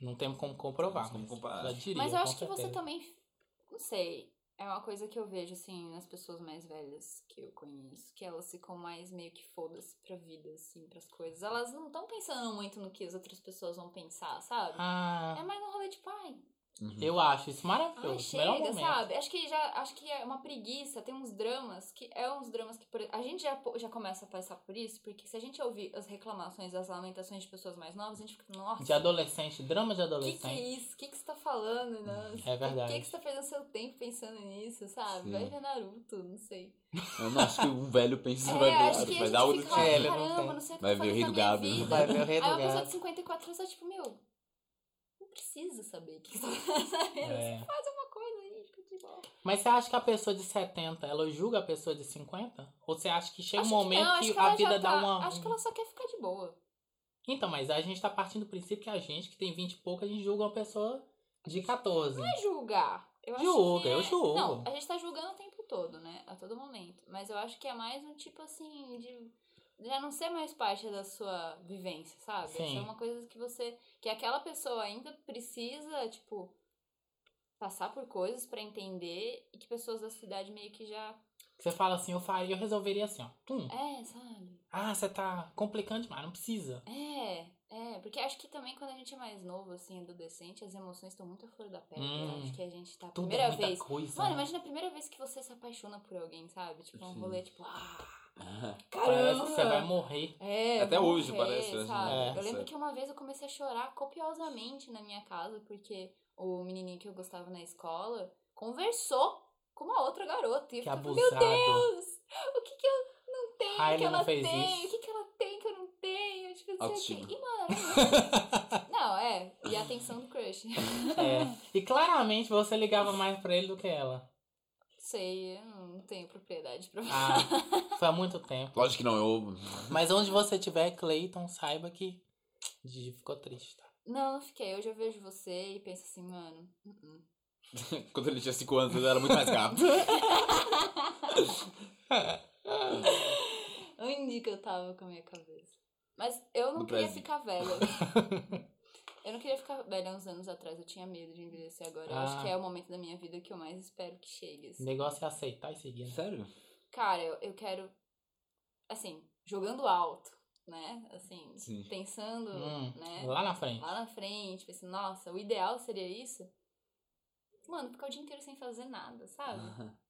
S4: Não temos como comprovar.
S2: Não temos como
S4: mas
S2: comparar.
S4: Ela diria,
S3: Mas eu
S4: com
S3: acho que você
S4: certeza.
S3: também. Não sei. É uma coisa que eu vejo, assim, nas pessoas mais velhas que eu conheço. Que elas ficam mais meio que foda-se pra vida, assim, pras coisas. Elas não estão pensando muito no que as outras pessoas vão pensar, sabe?
S4: Ah,
S3: É mais um rolê de pai. Uhum.
S4: eu acho isso
S3: Ai,
S4: maravilhoso. Melhor
S3: chega,
S4: momento.
S3: sabe? Acho que já acho que é uma preguiça, tem uns dramas que é uns dramas que por- a gente já, po- já começa a passar por isso, porque se a gente ouvir as reclamações, as lamentações de pessoas mais novas, a gente fica, nossa,
S4: De adolescente, drama de
S3: que que é
S4: adolescente.
S3: isso? O que, que você tá falando? Nossa,
S4: É verdade.
S3: Por que, que você tá perdendo seu tempo pensando nisso, sabe?
S2: Sim.
S3: Vai ver Naruto, não sei.
S2: Eu não acho que um velho pensa
S3: É,
S2: vai ver,
S3: acho que
S2: vai
S3: a
S2: dar
S3: gente
S2: outro
S3: fica
S4: tipo. É,
S3: lá,
S4: ele não
S3: caramba,
S4: tem.
S3: não sei o que
S2: Vai
S3: eu
S2: ver o Rei
S3: faço
S2: do
S3: da
S2: Gado. né?
S3: minha vida.
S4: Vai ver o
S3: Aí
S4: Rei do
S3: uma pessoa
S4: Gado.
S3: de 54 anos tá tipo, meu, não precisa saber o que você tá fazendo.
S4: É.
S3: Você Faz uma coisa aí, fica de boa.
S4: Mas você acha que a pessoa de 70, ela julga a pessoa de 50? Ou você acha que chega
S3: Acho
S4: um momento
S3: não, acho
S4: que,
S3: que
S4: a
S3: ela já
S4: vida dá
S3: tá-
S4: uma...
S3: Acho que ela só quer ficar de boa.
S4: Então, mas a gente tá partindo do princípio que a gente, que tem 20 e pouco, a gente julga uma pessoa de 14.
S3: Não é julgar. Eu acho
S4: Julga,
S3: que é-
S4: eu julgo.
S3: Não, a gente tá julgando o tempo todo, né? A todo momento. Mas eu acho que é mais um tipo assim de já não ser mais parte da sua vivência, sabe?
S4: Sim.
S3: Isso é uma coisa que você que aquela pessoa ainda precisa, tipo, passar por coisas pra entender e que pessoas da cidade meio que já
S4: Que Você fala assim, eu faria, eu resolveria assim, ó. Tum.
S3: é, sabe?
S4: Ah, você tá complicando demais, não precisa.
S3: É, é, porque acho que também quando a gente é mais novo, assim, adolescente, as emoções estão muito à flor da pele.
S4: Hum.
S3: eu acho que a gente tá a
S4: Tudo
S3: primeira
S4: é muita
S3: vez.
S4: coisa.
S3: Mano,
S4: né?
S3: imagina a primeira vez que você se apaixona por alguém, sabe? Tipo, um
S2: Sim.
S3: rolê, tipo, ah,
S4: Parece
S3: caramba!
S4: que você vai morrer.
S3: É, eu
S2: Até
S3: vou
S2: hoje parece, né?
S3: sabe?
S4: É,
S3: eu lembro
S2: sabe?
S3: que uma vez eu comecei a chorar copiosamente na minha casa, porque o menininho que eu gostava na escola conversou com uma outra garota. E eu
S4: Que
S3: ficava,
S4: abusado.
S3: meu Deus! O que que eu não tenho
S4: Ah, ele
S3: que
S4: não
S3: ela
S4: fez
S3: tem?
S4: isso.
S3: O que que ela tem que eu não tenho? Tipo, não sei o
S2: Autoestima.
S3: quê. E, mano... não, é. E a atenção do crush.
S4: É. E claramente você ligava mais pra ele do que ela.
S3: Sei, eu não tenho propriedade pra
S4: Ah, foi há muito tempo.
S2: Lógico que não, eu.
S4: Mas onde você tiver, Clayton, saiba que Didi ficou triste, tá?
S3: Não, não fiquei. Hoje eu vejo você e penso assim, mano. uh -uh.
S2: Quando ele tinha 5 anos, ele era muito mais gato.
S3: Onde que eu tava com a minha cabeça? Mas eu não
S2: Do
S3: queria
S2: Brasil.
S3: ficar velha. eu não queria ficar velha uns anos atrás. Eu tinha medo de envelhecer agora. Eu acho
S4: Ah.
S3: que é o momento da minha vida que eu mais espero que chegue. assim.
S4: O negócio é aceitar e seguir. né?
S2: Sério?
S3: Cara, eu, eu quero. Assim, jogando alto, né? Assim,
S2: Sim.
S3: pensando,
S4: Hum,
S3: né?
S4: Lá na frente.
S3: lá na frente, pensando, nossa, o ideal seria isso. Mano, ficar o dia inteiro sem fazer nada, sabe?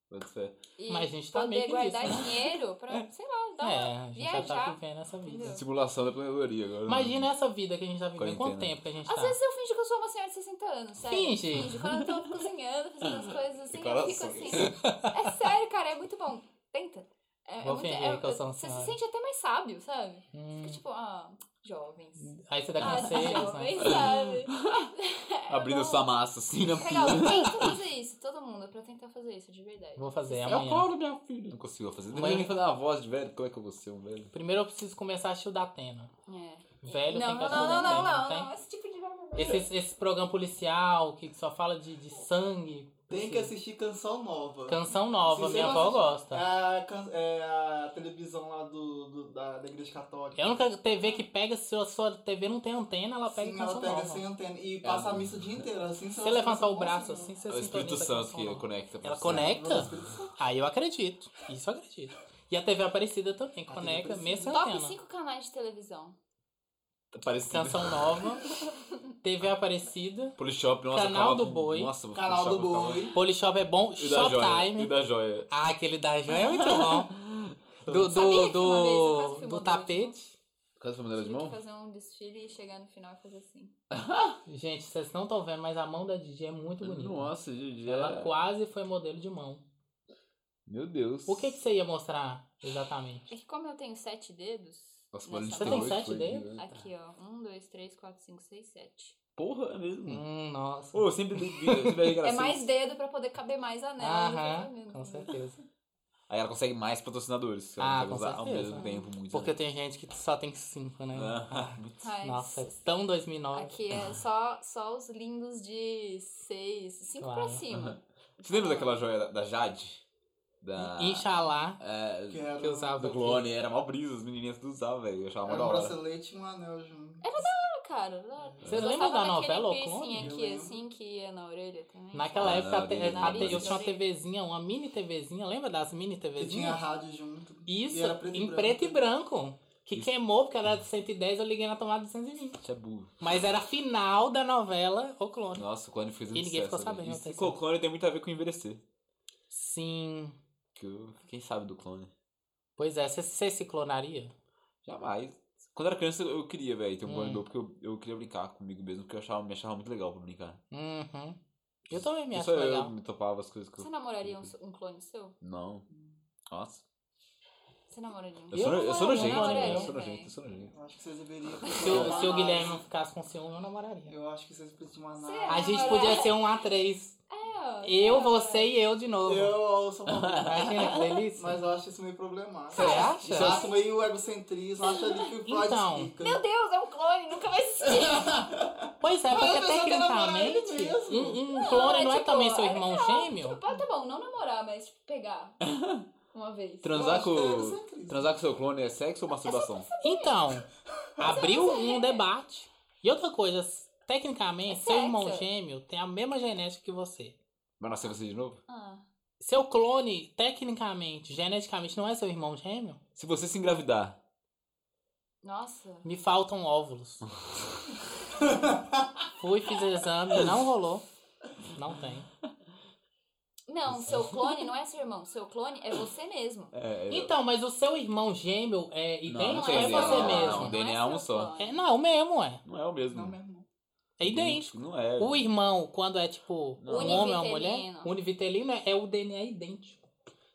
S2: Pode ser.
S3: E
S4: Mas a gente tá
S3: poder
S4: meio que
S3: guardar
S4: nisso, né?
S3: dinheiro pra, sei lá, dar
S4: é,
S3: uma-
S4: a gente já tá
S3: Então, viajar.
S4: vivendo essa vida.
S3: Entendeu?
S2: Simulação da planetaria agora.
S4: Imagina essa vida que a gente tá vivendo. Quanto
S2: Quarentena.
S4: tempo que a gente
S3: Às
S4: tá?
S3: vezes eu finjo que eu sou uma senhora de 60 anos, sério.
S4: Finge.
S3: Finge. Quando eu tô cozinhando, fazendo as coisas assim, eu fico
S2: Declarações.
S3: assim. É sério, cara, é muito bom. Tenta. É, é
S4: Vou
S3: muito,
S4: fingir
S3: é-
S4: que eu sou uma
S3: Você se
S4: senhora.
S3: sente até mais sábio, sabe?
S4: Hum,
S3: Fica tipo, ah, jovens.
S4: aí você dá
S3: Ah,
S4: conselhos, né?
S3: jovens, sabe? É
S2: Abrindo
S3: bom.
S2: essa massa assim na
S3: Legal,
S2: pia.
S3: tenta fazer isso, todo mundo, é pra tentar fazer isso de verdade.
S4: Vou fazer
S2: Eu
S4: amanhã.
S2: colo, minha filha. Não consigo fazer.
S4: Mãe-
S2: Mãe... Nem fazer uma voz de velho. Como é que eu vou ser um velho?
S4: Primeiro eu preciso começar a assistir o Datena.
S3: É.
S4: Velho
S3: não,
S4: tem que
S3: não,
S4: assistir
S3: não,
S4: o Datena,
S3: não, não, não,
S4: tem?
S3: não, esse tipo de
S4: Esse, esse programa policial que só fala de, de sangue.
S9: Tem que assistir canção nova.
S4: Canção nova,
S9: Se você
S4: minha
S9: não
S4: avó
S9: assistir-
S4: gosta.
S9: É a, can- é a televisão lá do, do- da, da igreja católica.
S4: É a única TV que pega, se a sua TV não tem antena, ela pega
S9: Sim, ela
S4: canção
S9: pega
S4: nova. É.
S9: sem antena e passa a missa o dia inteiro. Assim,
S4: Se você levantar o
S9: você
S4: braço
S9: consegue.
S4: assim, você
S2: É o Espírito
S4: sintoniza a
S2: Santo
S4: canção
S2: que
S4: nova.
S2: conecta. pra
S4: Ela
S2: você.
S4: conecta? Aí eu acredito. Isso eu acredito. E a TV Aparecida também
S9: A
S4: conecta,
S9: TV
S4: mesmo
S3: Top
S4: antena.
S3: 5 canais de televisão.
S2: Parece
S4: Canção Nova, TV Aparecida,
S2: Polishop, nossa,
S4: Canal
S2: calma.
S4: do Boi.
S2: Nossa, vou
S9: Canal
S2: puxar
S9: do
S2: pra calma.
S9: Boi.
S4: Polishop é bom,
S2: E da joia. E
S4: Showtime.
S2: da joia.
S4: Ah, aquele da joia é muito bom. Do,
S3: Sabia
S4: do,
S3: que uma vez eu quase
S4: do,
S3: fui
S4: do
S3: uma
S4: tapete.
S2: Quase foi maneira de
S3: Tive que
S2: mão?
S3: fazer um desfile e chegar no final e fazer assim.
S4: Gente, vocês não estão vendo, mas a mão da Didi é muito bonita.
S2: Nossa, Gigi.
S4: Ela
S2: é-
S4: quase foi modelo de mão.
S2: Meu Deus.
S4: O que, que você ia mostrar exatamente?
S3: É que como eu tenho sete dedos.
S2: Nossa, o
S3: nessa
S2: barulho de terror
S4: Você tem
S3: mão-
S2: que
S4: sete
S2: foi,
S4: dedos?
S2: né?
S3: Aqui, ó. Um, dois, três, quatro, cinco, seis, sete.
S2: Porra, é mesmo?
S4: Hum, nossa.
S2: Ô, sempre dei vida, sempre dei
S3: É
S2: gracinha.
S3: mais dedo pra poder caber mais anel.
S4: Aham,
S3: Tá
S4: com
S3: vendo?
S4: certeza.
S2: Aí ela consegue mais patrocinadores. se
S4: Ah,
S2: Ela consegue
S4: com
S2: usar ao
S4: certeza.
S2: mesmo tempo muito. né?
S4: Porque tem gente que só tem cinco, né?
S2: Ah, muito-
S3: Mas
S4: Nossa, é tão 2009.
S3: Aqui é só, só os lindos de seis, cinco pra
S4: Claro.
S3: cima.
S2: Você lembra daquela joia da, da Jade? Da.
S4: Inxalá,
S2: É,
S9: Que era um,
S4: que eu usava.
S2: Ah. do clone, era mal brisa, as menininhas tudo usavam, velho. Eu achava mó
S9: Era
S2: da
S9: um
S2: hora.
S9: bracelete e um anel junto.
S3: Ah, cara. lá-
S4: Você
S3: eu
S4: lembra
S3: gostava
S4: da
S3: daquele
S4: novela O
S3: piercing
S4: Clone?
S9: Eu
S3: aqui,
S9: lembro.
S3: assim, que ia na orelha também.
S4: Naquela
S2: Ah,
S4: época
S2: não,
S4: até-
S2: eu lembro.
S4: até eu tinha uma
S3: Nariz.
S4: TVzinha, uma mini TVzinha, lembra das mini
S9: E tinha
S4: TVzinhas?
S9: rádio junto.
S4: Isso,
S9: e era preto e
S4: em
S9: branco.
S4: preto e branco. Que
S2: Isso.
S4: queimou, porque era de 110, eu liguei na tomada de 120.
S2: Isso é burro.
S4: Mas era a final da novela O Clone.
S2: Nossa, o clone fez um
S4: E ninguém ficou
S2: sucesso, velho.
S4: sabendo,
S2: Isso-
S4: aconteceu.
S2: O clone tem muito a ver com envelhecer.
S4: Sim.
S2: Que eu- quem sabe do clone?
S4: Pois é, você, você se clonaria?
S2: Jamais. Quando eu era criança, eu queria, velho, ter um
S4: Hum.
S2: corredor, porque eu, eu queria brincar comigo mesmo, porque eu achava, me achava muito legal pra brincar.
S4: Uhum. Eu também me acho
S9: é
S2: Só eu
S4: legal.
S2: me topava as coisas que eu.
S3: Você namoraria um, um clone seu?
S2: Não. Nossa.
S3: Você namoraria um
S2: Eu, sou,
S4: Eu
S2: eu sou
S4: não
S2: nojento,
S4: namoro,
S2: né?
S4: eu
S2: Eu sou
S3: também.
S2: nojento, eu sou nojento.
S9: Eu acho que vocês deveriam.
S4: Se, o- se o Guilherme não ficasse com ciúme, eu namoraria.
S9: Eu acho que vocês precisam de uma
S3: Será?
S9: análise.
S4: A gente podia ser um A3.
S3: Ah,
S4: Eu, você e eu de é novo.
S9: Eu sou uma
S4: Imagina que delícia.
S9: Mas eu acho isso meio problemático.
S4: Você acha?
S9: Eu acho meio egocentrismo, acho ali que é o Freud
S4: Então.
S9: explica.
S3: Meu Deus, é um clone, nunca vai existir.
S4: Pois é,
S9: Mas
S4: porque
S9: a pessoa quer namorar ele
S4: tecnicamente
S9: mesmo.
S4: um, um clone não, é,
S3: tipo,
S4: também seu
S3: é
S4: irmão
S3: legal. Tipo,
S4: gêmeo?
S3: pá, tá bom, não namorar, mas tipo, pegar uma vez.
S2: Transar
S9: acho que é
S2: com,
S9: egocentrismo.
S2: transar com seu clone é sexo ou masturbação?
S4: Então, abriu um debate. E outra coisa, tecnicamente,
S3: É
S4: seu
S3: sexo.
S4: irmão gêmeo tem a mesma genética que você.
S2: Vai nascer você de novo?
S3: Ah,
S4: Seu clone, tecnicamente, geneticamente, não é seu irmão gêmeo?
S2: Se você se engravidar,
S3: nossa.
S4: Me faltam óvulos. Fui, fiz exame, não rolou. Não tem.
S3: Não, seu clone não é seu irmão, seu clone é você mesmo.
S2: é. é-
S4: Então, mas o seu irmão gêmeo é
S2: não, não
S4: idêntico?
S2: tem
S4: é
S2: DNA,
S4: você
S2: não,
S4: mesmo.
S2: não. DNA é um
S3: seu
S2: só.
S3: clone.
S4: É, não, é o mesmo, é.
S2: não é o mesmo.
S9: Não, meu irmão.
S4: É idêntico.
S2: Não é.
S4: O irmão, quando é tipo
S2: Não.
S4: um homem ou uma mulher,
S3: Univitelino.
S4: univitelino é o DNA idêntico.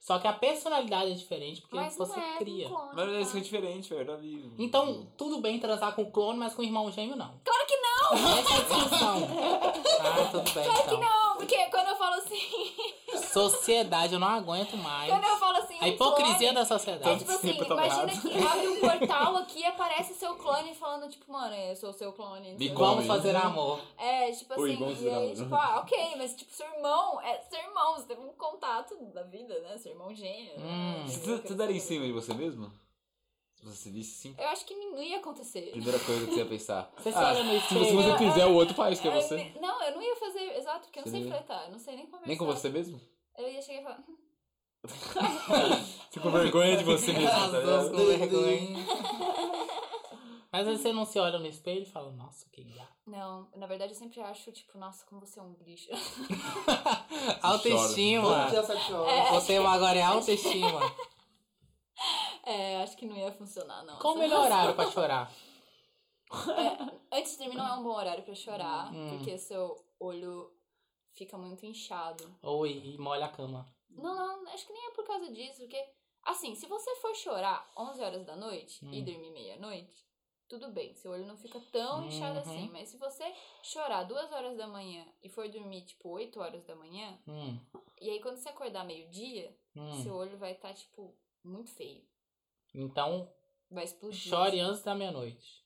S4: Só que a personalidade é diferente, porque
S3: Mas não
S4: você
S3: é
S4: cria.
S3: um clone.
S2: Mas é isso que é
S3: cara.
S2: diferente, velho. da vida.
S4: Então, tudo bem transar com o clone, mas com o irmão gêmeo, não. Claro que não! Essa é a discussão. ah, tudo bem, então.
S3: Não, porque quando eu falo assim,
S4: Sociedade, eu não aguento mais.
S3: quando eu falo assim,
S4: A
S3: um
S4: hipocrisia
S3: clone,
S4: da
S3: É
S4: sociedade.
S3: tipo assim,
S2: Sempre tão
S3: imagina
S2: errado.
S3: que abre um portal aqui e aparece seu clone falando, tipo, mano, eu sou seu clone. não sei
S2: Me
S3: o quê.
S4: Vamos fazer amor.
S3: É, tipo assim,
S2: Oi, vamos
S3: e
S2: virar
S3: aí,
S2: amor.
S3: tipo, ah, ok, mas tipo, seu irmão, é seu irmão, você teve um contato da vida, né? Seu irmão gêmeo. né?
S4: Hum.
S2: tá, Você, você daria em cima de você mesmo? Se você se visse assim,
S3: Eu acho que não ia acontecer.
S2: primeira coisa que você ia pensar.
S4: Você se
S2: ah,
S4: olha
S2: se
S4: no
S2: você, se você
S4: espelho,
S2: quiser, o outro faz, que é
S3: Aí eu
S2: você.
S3: pe- Não, eu não ia fazer, exato, porque eu não
S2: Você
S3: sei
S2: não ia?
S3: flertar, eu não sei nem conversar.
S2: Nem com você mesmo?
S3: Eu ia chegar e falar, "Hum,
S2: Fico com vergonha de você mesmo,
S4: As
S2: tá
S4: duas
S2: ligado?
S4: com vergonha. Mas aí você não se olha no espelho e fala, nossa, que gato.
S3: não, na verdade eu sempre acho, tipo, nossa, como você é um lixo.
S4: Autoestima.
S2: né?
S9: Todo dia às sete horas.
S4: Você é um agora é autoestima.
S3: é, acho que não ia funcionar, não.
S4: Qual o
S3: Essa-
S4: melhor horário pra chorar?
S3: É, antes de dormir não é um bom horário pra chorar,
S4: Hum.
S3: porque seu olho fica muito inchado.
S4: Ou e, e molha a cama.
S3: Não, não, acho que nem é por causa disso, porque, assim, se você for chorar 11 horas da noite e
S4: Hum.
S3: dormir meia-noite, tudo bem, seu olho não fica tão inchado
S4: Uhum.
S3: assim, mas se você chorar 2 horas da manhã e for dormir, tipo, 8 horas da manhã,
S4: Hum,
S3: e aí quando você acordar meio-dia,
S4: hum.
S3: seu olho vai estar, tipo, muito feio,
S4: Então,
S3: vai explodir.
S4: chore antes da meia-noite.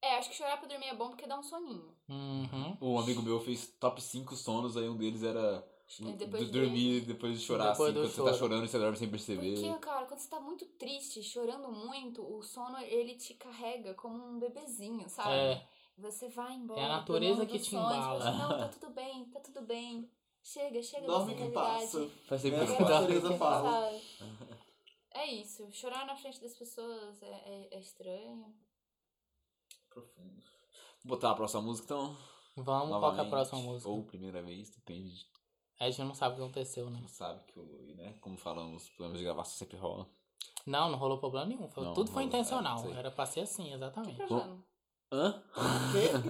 S3: É, acho que chorar pra dormir é bom porque dá um soninho.
S4: Uhum.
S2: Um amigo meu fez top 5 sonos, aí um deles era
S3: Aí
S2: d-
S3: depois
S2: Hum, dormir depois de chorar,
S4: Depois
S2: assim,
S4: do
S2: quando você tá
S4: choro.
S2: chorando e você dorme sem perceber.
S3: Porque, cara, quando você tá muito triste, chorando muito, o sono, ele te carrega como um bebezinho, sabe?
S4: É.
S3: Você vai embora.
S4: É a natureza
S3: pro mundo
S4: que
S3: dos
S4: te
S3: sonhos,
S4: embala.
S3: fala assim, Não, tá tudo bem, tá tudo bem. Chega, chega
S9: Dorme
S3: dessa
S9: que
S3: realidade.
S9: passa.
S2: Faz
S9: É
S2: tempo que
S9: isso
S2: eu
S9: que
S2: não
S9: a
S2: faço.
S9: Tereza fala.
S3: Sabe? É isso. Chorar na frente das pessoas é, é- é estranho.
S2: Profundo. Vou botar a próxima música, então.
S4: é Vamos, qual que é a
S2: novamente,
S4: próxima música?
S2: Ou primeira vez, depende de
S4: A gente não sabe o que aconteceu, né?
S2: não sabe que o, né? Como falamos, os problemas de gravação sempre rolam.
S4: Não, não rolou problema nenhum. Foi-
S2: Não,
S4: tudo foi
S2: rolou, é,
S4: intencional.
S2: isso aí.
S4: Era pra ser assim,
S3: Que né?
S4: exatamente.
S3: problema.
S2: Hã?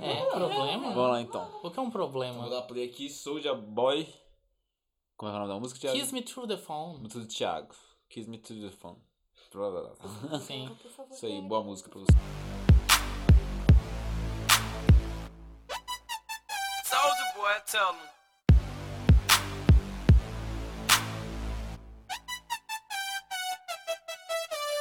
S4: É, problema?
S2: Vamos lá então.
S4: O que é um
S2: Então,
S4: problema?
S2: vou dar play aqui, Soulja Boy. Como é o nome da música, Thiago?
S4: Kiss me through the phone.
S2: Muito do Thiago. Kiss me to the phone. Blá, blá, blá.
S4: Sim.
S3: Então, Por favor,
S2: Isso aí,
S3: pega.
S2: boa música pra você.
S10: Soldier boy, tell him.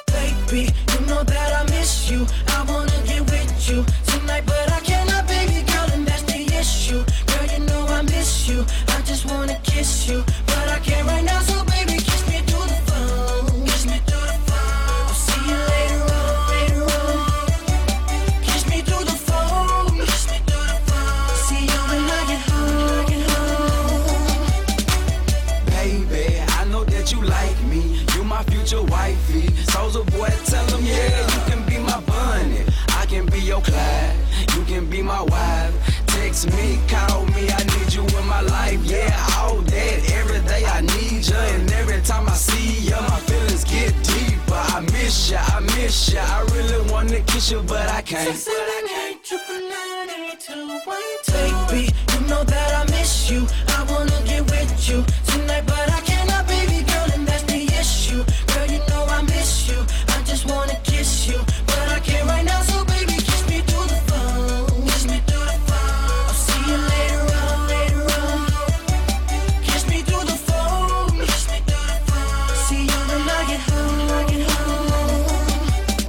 S11: Baby, you know that I miss you. I wanna get with you tonight, but I cannot, baby girl, and that's the issue. Girl, you know I miss you. I just wanna kiss you, but I can't right now, so baby, kiss me through the phone. Kiss me through the phone. I'll see you later on, later on. Kiss me through the phone. Kiss me through the phone. See you when I get home. home.
S10: Baby, I know that you like me. You my future wifey. Soldier boy, tell him, yeah, you can be my bunny. I can be your Clyde. You can be my wife. Text me, call me, I need you in my life. Yeah, all that. Every day I need ya. And every time I see ya, my feelings get deeper. I miss ya, I miss ya. I really wanna kiss you, but I can't.
S11: Baby, you know that I miss you. I wanna get with you tonight, but I cannot, baby girl, and that's the issue. Girl, you know I miss you. I just wanna kiss you, but I can't right now. So baby, kiss me through the phone. Kiss me through the phone. I'll see you later on, later on. Kiss me through the phone. Kiss me through the phone. See you when I get home. I get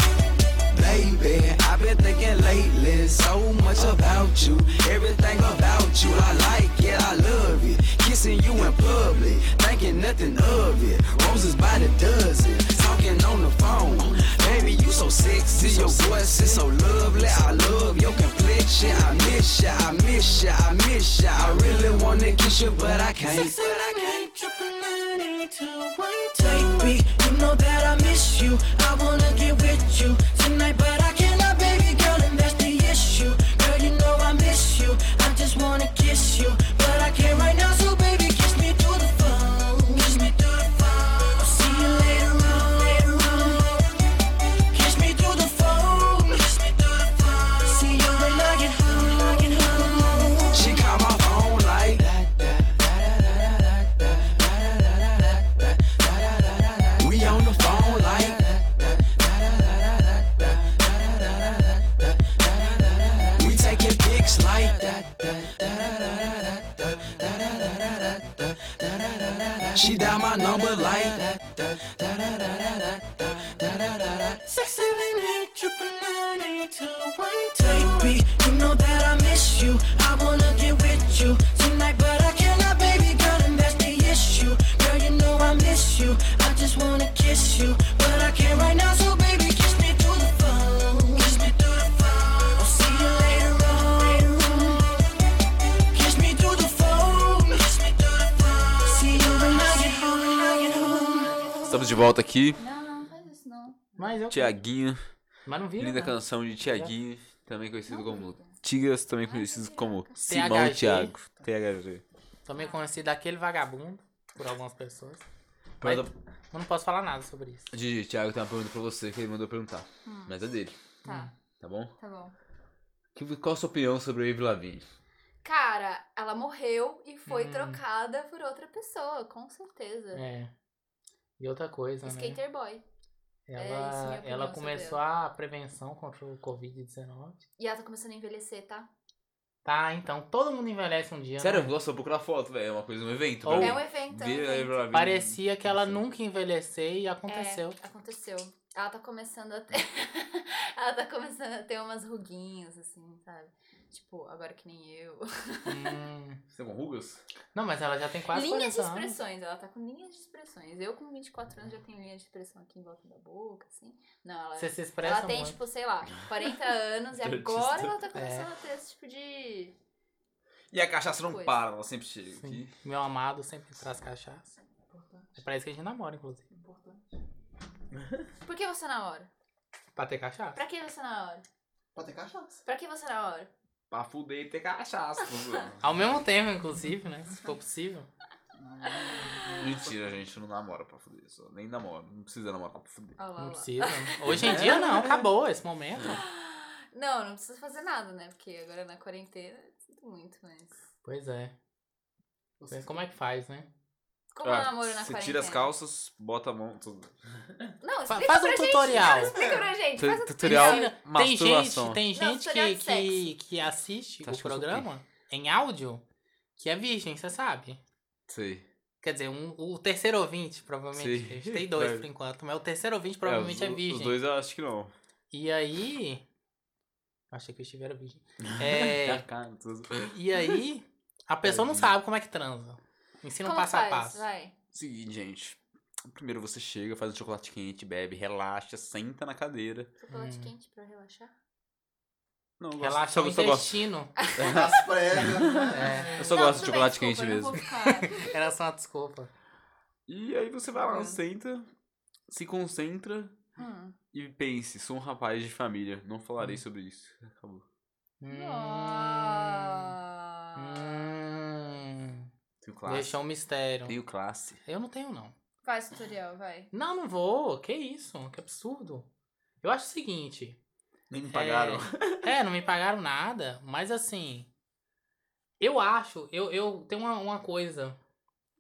S11: home.
S10: Baby, I've been thinking lately so much about you. Everything about you, I like it, I love it. Kissing you in public, thinking nothing of it. Roses by the dozen, talking on the phone. Baby, you so sexy, your voice is so lovely. I love your complexion. I miss ya, I miss ya, I miss ya. I really wanna kiss you, but I can't.
S11: Baby, you know that I miss you. I wanna get with you tonight, but I cannot, baby girl, and that's the issue. Girl, you know I miss you. I just wanna kiss you, but I can't right now. So baby, kiss me through the phone. Kiss me through the phone. I'll see you later on, later on. Kiss me through the phone. Kiss me through the phone. See you when I get home. I get home.
S10: She called my phone like We on the phone like We taking pics like She dial my number like
S11: Six, seven, eight, triple nine, eight, two, one, two. Baby, you know that I miss you. I wanna get with you tonight, but I cannot, baby girl, and that's the issue. Girl, you know I miss you. I just wanna kiss you, but I can't right now. So baby, kiss me through the
S2: de volta aqui.
S3: Não, não faz isso não.
S4: Mas eu.
S2: Tiaguinho.
S4: Mas não vira,
S2: Linda
S4: né?
S2: canção de Tiaguinho, também conhecido como Tigras, também conhecido como Simão
S4: THG.
S2: Tiago. THG.
S4: Também conhecido daquele vagabundo por algumas pessoas.
S2: Mas
S4: Mas eu não posso falar nada sobre isso.
S2: Didi, Thiago tem uma pergunta pra você que ele mandou perguntar.
S4: Hum.
S2: Mas é dele,
S3: Tá,
S2: tá bom?
S3: tá bom.
S2: Que- Qual a sua opinião sobre a Avril Lavigne?
S3: Cara, ela morreu e foi
S4: Hum.
S3: trocada por outra pessoa, com certeza.
S4: É. E outra coisa, né?
S3: Skater boy. é isso, minha
S4: Ela,
S3: opinião
S4: ela
S3: sobre
S4: começou a prevenção contra o Covid-19.
S3: E ela tá começando a envelhecer, tá?
S4: Tá, então todo mundo envelhece um dia.
S2: Sério, eu
S4: né?
S2: gosto de procurar foto, velho. É uma coisa, um evento.
S4: Ou-
S2: pra
S3: É
S2: mim.
S3: um evento, é um
S2: Ver a
S3: evento.
S2: Avril Lavigne.
S4: Parecia que ela nunca envelheceu e aconteceu.
S3: É, aconteceu. Ela tá começando a ter. ela tá começando a ter umas ruguinhas, assim, sabe? Tipo, agora que nem eu.
S4: Hum.
S2: Você tem rugas?
S4: Não, mas ela já tem quase
S3: linhas de
S4: 40 anos.
S3: expressões, ela tá com linhas de expressões. Eu, com 24 anos, já tenho linha de expressão aqui em volta da boca, assim. Não, ela.
S4: Você se expressa
S3: ela tem,
S4: muito.
S3: tipo, sei lá, 40 anos e
S2: De
S3: agora
S2: artista.
S3: ela tá
S4: É.
S3: começando a ter esse tipo de.
S2: E a cachaça não
S3: Coisa.
S2: para, ela sempre chega
S4: Sim.
S2: aqui.
S4: Meu amado sempre traz cachaça. É pra isso que a gente namora, inclusive.
S3: Por que você namora?
S4: Pra ter cachaça.
S3: Pra que você namora?
S9: Pra ter cachaça.
S3: Pra que você namora?
S2: Pra fuder e ter cachaça. tô zoando.
S4: Ao mesmo tempo, inclusive, né? Se for possível.
S2: Mentira, gente, não namora pra fuder. Só. Nem namora, não precisa namorar pra fuder.
S3: Olha lá,
S4: Não
S3: olha lá.
S4: precisa. Hoje em dia não, acabou esse momento.
S3: Não, não precisa fazer nada, né? Porque agora na quarentena, eu sinto muito, mas.
S4: Pois é. Como é que faz, né?
S3: Como é o namoro na quarentena?
S2: Ah, Você tira as calças, bota a mão. Tudo.
S3: Não,
S4: Fa-
S3: explica
S4: faz
S3: pra
S4: um
S3: gente,
S4: tutorial.
S3: não, explica
S2: É.
S3: pra gente. Faz um
S2: Tutorial.
S3: tutorial.
S4: Tem
S2: Masturbação.
S4: gente, tem
S3: Não,
S4: gente
S3: tutorial
S4: que,
S3: de sexo.
S4: que, que assiste
S2: Tá,
S4: o
S2: acho que eu sou
S4: programa em áudio que é virgem, você sabe?
S2: Sei.
S4: Quer dizer, um- o terceiro ouvinte, provavelmente.
S2: Sim.
S4: A gente tem dois
S2: Vai.
S4: por enquanto, mas o terceiro ouvinte provavelmente é,
S2: os,
S4: virgem.
S2: Os dois eu acho que não.
S4: E aí. Achei que eu estivera virgem. É.
S2: Cara, tudo.
S4: e aí, a pessoa não
S2: Tadinho.
S4: sabe como é que transa. Ensina um
S3: Como
S4: passo
S3: faz?
S4: a passo.
S3: Vai.
S2: Seguinte, gente. Primeiro você chega, faz um chocolate quente, bebe, relaxa, senta na cadeira.
S3: Chocolate
S4: Hum.
S3: quente pra relaxar.
S2: Não, eu gosto-
S4: Relaxa
S2: só,
S4: o
S2: só gosto.
S4: intestino.
S9: As pregas.
S4: É,
S2: Eu só
S3: Não,
S2: gosto de
S3: tudo bem,
S2: chocolate
S3: desculpa,
S2: quente
S3: eu não
S2: mesmo.
S3: vou ficar-
S4: era só uma desculpa.
S2: E aí você vai lá,
S4: Uhum.
S3: Hum.
S2: senta, se concentra
S3: Hum.
S2: e pense, sou um rapaz de família, não
S4: Uhum.
S2: falarei sobre isso. Acabou.
S4: Hum.
S3: Nossa.
S4: Hum.
S2: Tenho classe.
S4: Deixou um mistério.
S2: Tenho classe.
S4: Eu não tenho, não.
S3: Faz tutorial, vai.
S4: Não, não vou. Que isso? Que absurdo. Eu acho o seguinte.
S2: Nem me
S4: é-
S2: pagaram.
S4: É, não me pagaram nada, mas assim. Eu acho, eu, eu tenho uma, uma coisa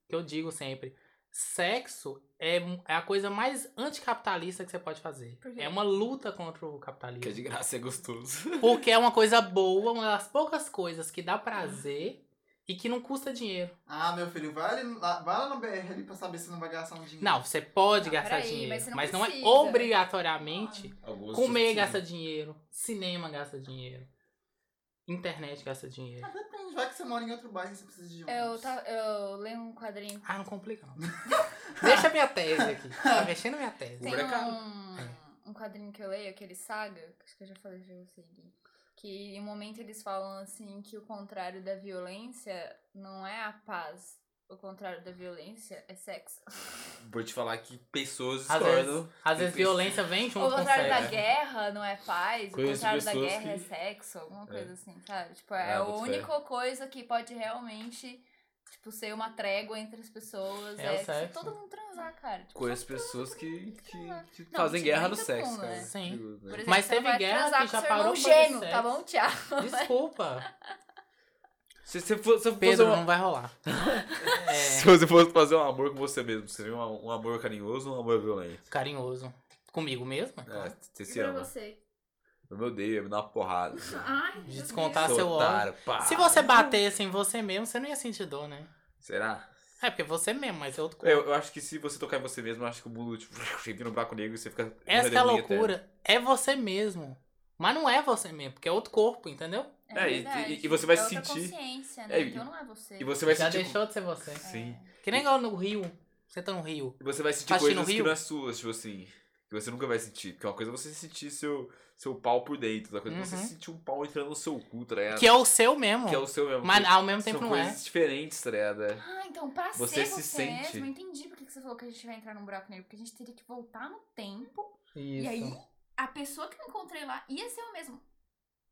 S4: que eu digo sempre. Sexo é, mu- é a coisa mais anticapitalista que você pode fazer.
S3: Por quê?
S4: É uma luta contra o capitalismo.
S2: Que é de graça, é gostoso.
S4: Porque é uma coisa boa, uma das poucas coisas que dá prazer e que não custa dinheiro.
S9: Ah, meu filho, vai, ali, lá- vai lá no BR ali pra saber se não vai gastar um dinheiro.
S4: Não, você pode
S3: Ah,
S4: gastar
S3: peraí,
S4: dinheiro,
S3: mas você não
S4: mas
S3: precisa.
S4: não é obrigatoriamente
S2: Ah,
S4: Comer gasta dinheiro, cinema gasta dinheiro, internet gasta dinheiro.
S9: Ah, depende, vai que você mora em outro bairro e você precisa de um.
S3: Eu, tá, eu leio um quadrinho.
S4: Ah, não complica não. Deixa minha tese aqui. Tá mexendo minha tese.
S3: Tem
S2: Cobra caro.
S3: um, um quadrinho que eu leio, aquele Saga, que acho que eu já falei pra você, Gui, que em um momento eles falam assim que o contrário da violência não é a paz. O contrário da violência é sexo.
S2: Vou te falar que pessoas
S4: Às
S2: discordam.
S4: vezes, às vezes violência vem
S3: O
S4: junto com
S3: contrário da
S4: sexo.
S3: guerra não é paz,
S2: né? Conheço
S3: o contrário da
S2: pessoas
S3: guerra é
S2: que- É.
S3: sexo, alguma coisa assim, sabe? Tipo,
S2: Ah,
S3: é a
S2: boto fé.
S3: única coisa que pode realmente, tipo, ser uma trégua entre as pessoas.
S4: É o
S3: É, se
S4: sexo.
S3: todo mundo transar, cara. Tipo,
S2: Conheço pessoas que, que, que
S3: Não,
S2: fazem
S3: mentira,
S2: guerra
S3: nem
S2: no
S3: todo
S2: sexo,
S3: mundo,
S2: cara.
S3: né?
S4: Sim.
S2: Perigoso, né?
S3: por
S4: Mas
S3: você não
S4: teve
S3: vai
S4: guerra
S3: transar
S4: que já
S3: com seu
S4: parou
S3: irmão
S4: pra fazer
S3: gêmeo, tá
S4: sexo.
S3: bom, Tiago?
S4: Desculpa.
S2: Se, se, for- se, eu fosse
S4: Pedro,
S2: uma-
S4: não é. vai rolar.
S2: se você fosse fazer um amor com você mesmo, você seria um, um amor carinhoso ou um amor violento?
S4: Carinhoso. Comigo mesmo?
S2: É, você se
S3: E pra
S2: ama.
S3: você?
S2: Eu me odeio, eu me dá uma porrada.
S3: Ai,
S4: Descontar
S2: Sou
S4: Tá, seu ódio.
S2: otário, pá.
S4: Se você batesse em você mesmo, você não ia sentir dor, né?
S2: Será?
S4: É, porque você mesmo, mas é outro corpo.
S2: Eu, eu acho que se você tocar em você mesmo, eu acho que o mundo, tipo, vira um buraco negro e você fica...
S4: Essa que é a
S2: redemoinho
S4: loucura. É você mesmo. Mas não é você mesmo, porque é outro corpo, entendeu?
S2: É, e-
S3: verdade.
S2: e- e você vai
S3: é outra
S2: sentir-
S3: consciência,
S2: É,
S3: né?
S2: e-
S3: Então não é você.
S2: eterno. E você vai
S4: Já
S2: sentir... É.
S4: deixou de ser você.
S3: É.
S2: Sim.
S4: Que nem igual no Rio. Você tá no Rio.
S2: E você vai sentir
S4: Tá assistindo
S2: coisas que
S4: Rio?
S2: não é suas, tipo assim. Que você nunca vai sentir. Porque uma coisa é você sentir seu, seu pau por dentro, outra coisa é você
S4: Uhum.
S2: sentir um pau entrando no seu cu, tá ligado?
S4: Que é o seu mesmo.
S2: Que é o seu mesmo.
S4: Mas
S2: Porque
S4: ao mesmo tempo
S2: São
S4: não é.
S2: coisas diferentes, tá ligado?
S3: Ah, então pra
S2: Você
S3: ser
S2: se
S3: você
S2: sente.
S3: mesmo, entendi por que que você falou que a gente vai entrar num buraco negro, porque a gente teria que voltar no tempo.
S4: Isso.
S3: E aí, a pessoa que eu encontrei lá ia ser o mesmo.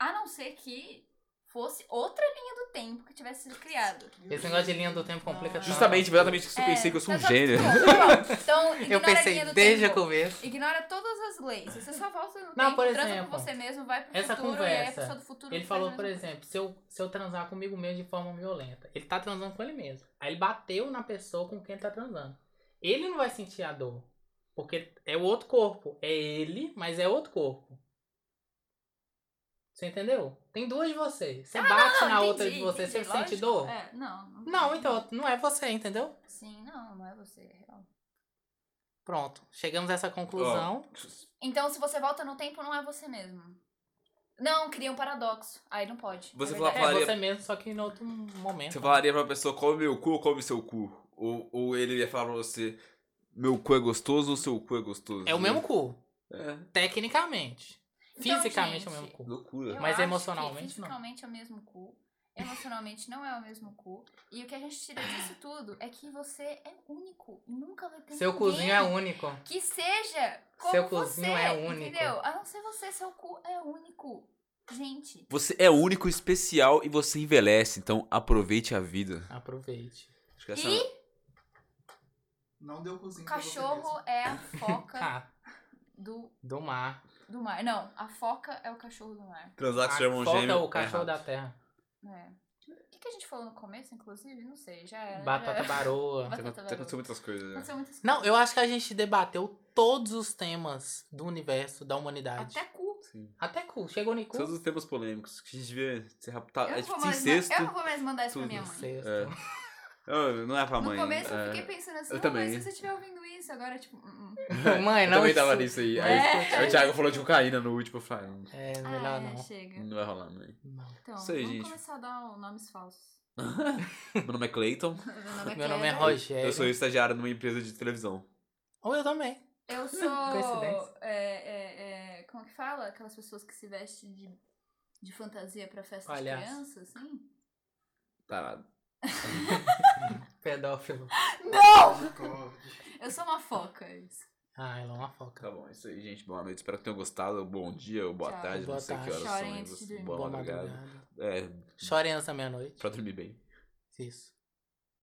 S3: A não ser que fosse outra linha do tempo que tivesse sido criada.
S4: Esse negócio de linha do tempo
S3: Ah.
S4: complica tudo.
S2: Justamente, exatamente isso que eu
S3: É,
S2: pensei, que eu sou um
S3: tá só-
S2: gênio.
S3: Então, ignora
S4: Eu
S3: a linha
S4: pensei
S3: do
S4: desde o
S3: tempo.
S4: começo.
S3: Ignora todas as leis. Você só volta no
S4: Não,
S3: tempo,
S4: por
S3: transa
S4: exemplo,
S3: com você mesmo, vai pro
S4: Essa
S3: futuro e aí a pessoa
S4: conversa.
S3: do futuro
S4: Ele
S3: faz
S4: falou,
S3: a
S4: por
S3: mesma
S4: exemplo, se eu, se eu transar comigo mesmo de forma violenta, ele tá transando com ele mesmo. Aí ele bateu na pessoa com quem ele tá transando. Ele não vai sentir a dor. Porque é o outro corpo. É ele, mas é outro corpo. Você entendeu? Tem duas de você. Você bate
S3: Ah, não,
S4: na
S3: entendi,
S4: outra de você, você
S3: entendi,
S4: sente
S3: lógico.
S4: dor?
S3: É, não, não.
S4: Não, então, não é você, entendeu?
S3: Sim, não, não é você, é real.
S4: Pronto. Chegamos a essa é conclusão.
S3: Então, se você volta no tempo, não é você mesmo. Não, cria um paradoxo. Aí não pode.
S2: Você
S3: é
S2: fala-
S3: verdade.
S4: é
S2: falaria-
S4: você mesmo, só que em outro momento.
S2: Você falaria pra pessoa, come meu cu ou come seu cu? Ou, ou ele ia falar pra você, meu cu é gostoso ou seu cu é gostoso?
S4: É o mesmo cu.
S2: É.
S4: Tecnicamente.
S3: Então,
S4: Fisicamente é o
S3: gente,
S4: mesmo cu.
S2: Loucura.
S3: Eu
S4: Mas
S3: acho que
S4: emocionalmente, não.
S3: fisicamente é o mesmo cu. Emocionalmente não é o mesmo cu. E o que a gente tira disso tudo é que você é único. E nunca vai ter
S4: Seu
S3: ninguém
S4: cozinho é único.
S3: Que seja como
S4: Seu
S3: você,
S4: cozinho é único.
S3: entendeu? A não ser você, seu cu é único. Gente,
S2: Você é único, especial e você envelhece, então aproveite a vida.
S4: Aproveite.
S2: Acho que essa-
S3: e
S6: Não deu cozinho. pra você mesmo.
S3: cachorro é a foca
S4: Tá.
S3: do,
S4: Do mar.
S3: do mar. Não, a foca é o cachorro do mar.
S2: Transar com
S4: A
S2: seu irmão
S4: foca
S2: um gêmeo.
S4: é o cachorro
S2: errado.
S4: da terra.
S3: É. O que, que a gente falou no começo, inclusive? Não sei, já era.
S4: Batata
S3: já...
S4: baroa.
S3: Batata
S2: Até aconteceu
S3: barulho.
S2: muitas coisas. né?
S3: tá Aconteceu muitas
S4: Não,
S3: coisas.
S4: eu acho que a gente debateu todos os temas do universo, da humanidade.
S3: Até cu.
S2: Sim.
S4: Até cu. Chegou no cu.
S2: Todos os temas polêmicos que a gente devia ser
S6: Ah,
S2: raptado.
S3: Eu
S2: A
S6: é
S3: não,
S2: gente
S3: vou
S2: se
S3: mais,
S2: incesto.
S3: eu não vou mais mandar isso pra
S2: tudo.
S3: minha mãe.
S4: Sexto.
S2: É. Ah, Não é pra
S3: No
S2: mãe.
S3: começo
S2: é.
S3: eu fiquei pensando assim,
S2: eu
S3: não,
S2: também.
S3: mas se você estiver ouvindo isso agora, tipo. hum, hum.
S4: Mãe,
S2: Eu
S4: não.
S2: também tava
S4: isso-
S2: nisso
S3: é
S2: aí.
S4: não
S2: Aí,
S4: escute.
S2: aí o Thiago falou de cocaína no último, eu falei, "Ah,
S4: É, melhor
S3: Ah, é,
S4: não. Hum.
S3: chega.
S2: não vai rolar, mãe.
S4: Não.
S3: Então,
S2: Isso aí,
S3: vamos
S2: gente.
S3: começar a dar um- nomes falsos.
S2: Meu nome é Clayton,
S4: Meu nome é
S3: Clara.
S4: Rogério.
S2: eu sou estagiário numa empresa de televisão.
S4: Ou eu também.
S3: Eu sou.
S4: Coincidência.
S3: é, é, é, como que fala? Aquelas pessoas que se vestem de, de fantasia pra festa
S4: Palhaço.
S3: de criança, assim?
S2: Tá.
S4: Pedófilo.
S3: Eu sou uma foca. é isso.
S4: Ah, ela é uma foca.
S2: Tá bom, é isso aí, gente. Boa noite. Espero que tenham gostado. Bom dia, ou boa
S3: Tchau.
S2: tarde,
S4: Boa
S2: não sei
S4: tarde.
S2: que horas
S3: Chorem
S2: são aí.
S3: antes de
S2: vocês.
S3: dormir.
S2: Boa madrugada. É,
S4: Chorem essa meia-noite.
S2: pra dormir bem.
S4: Isso.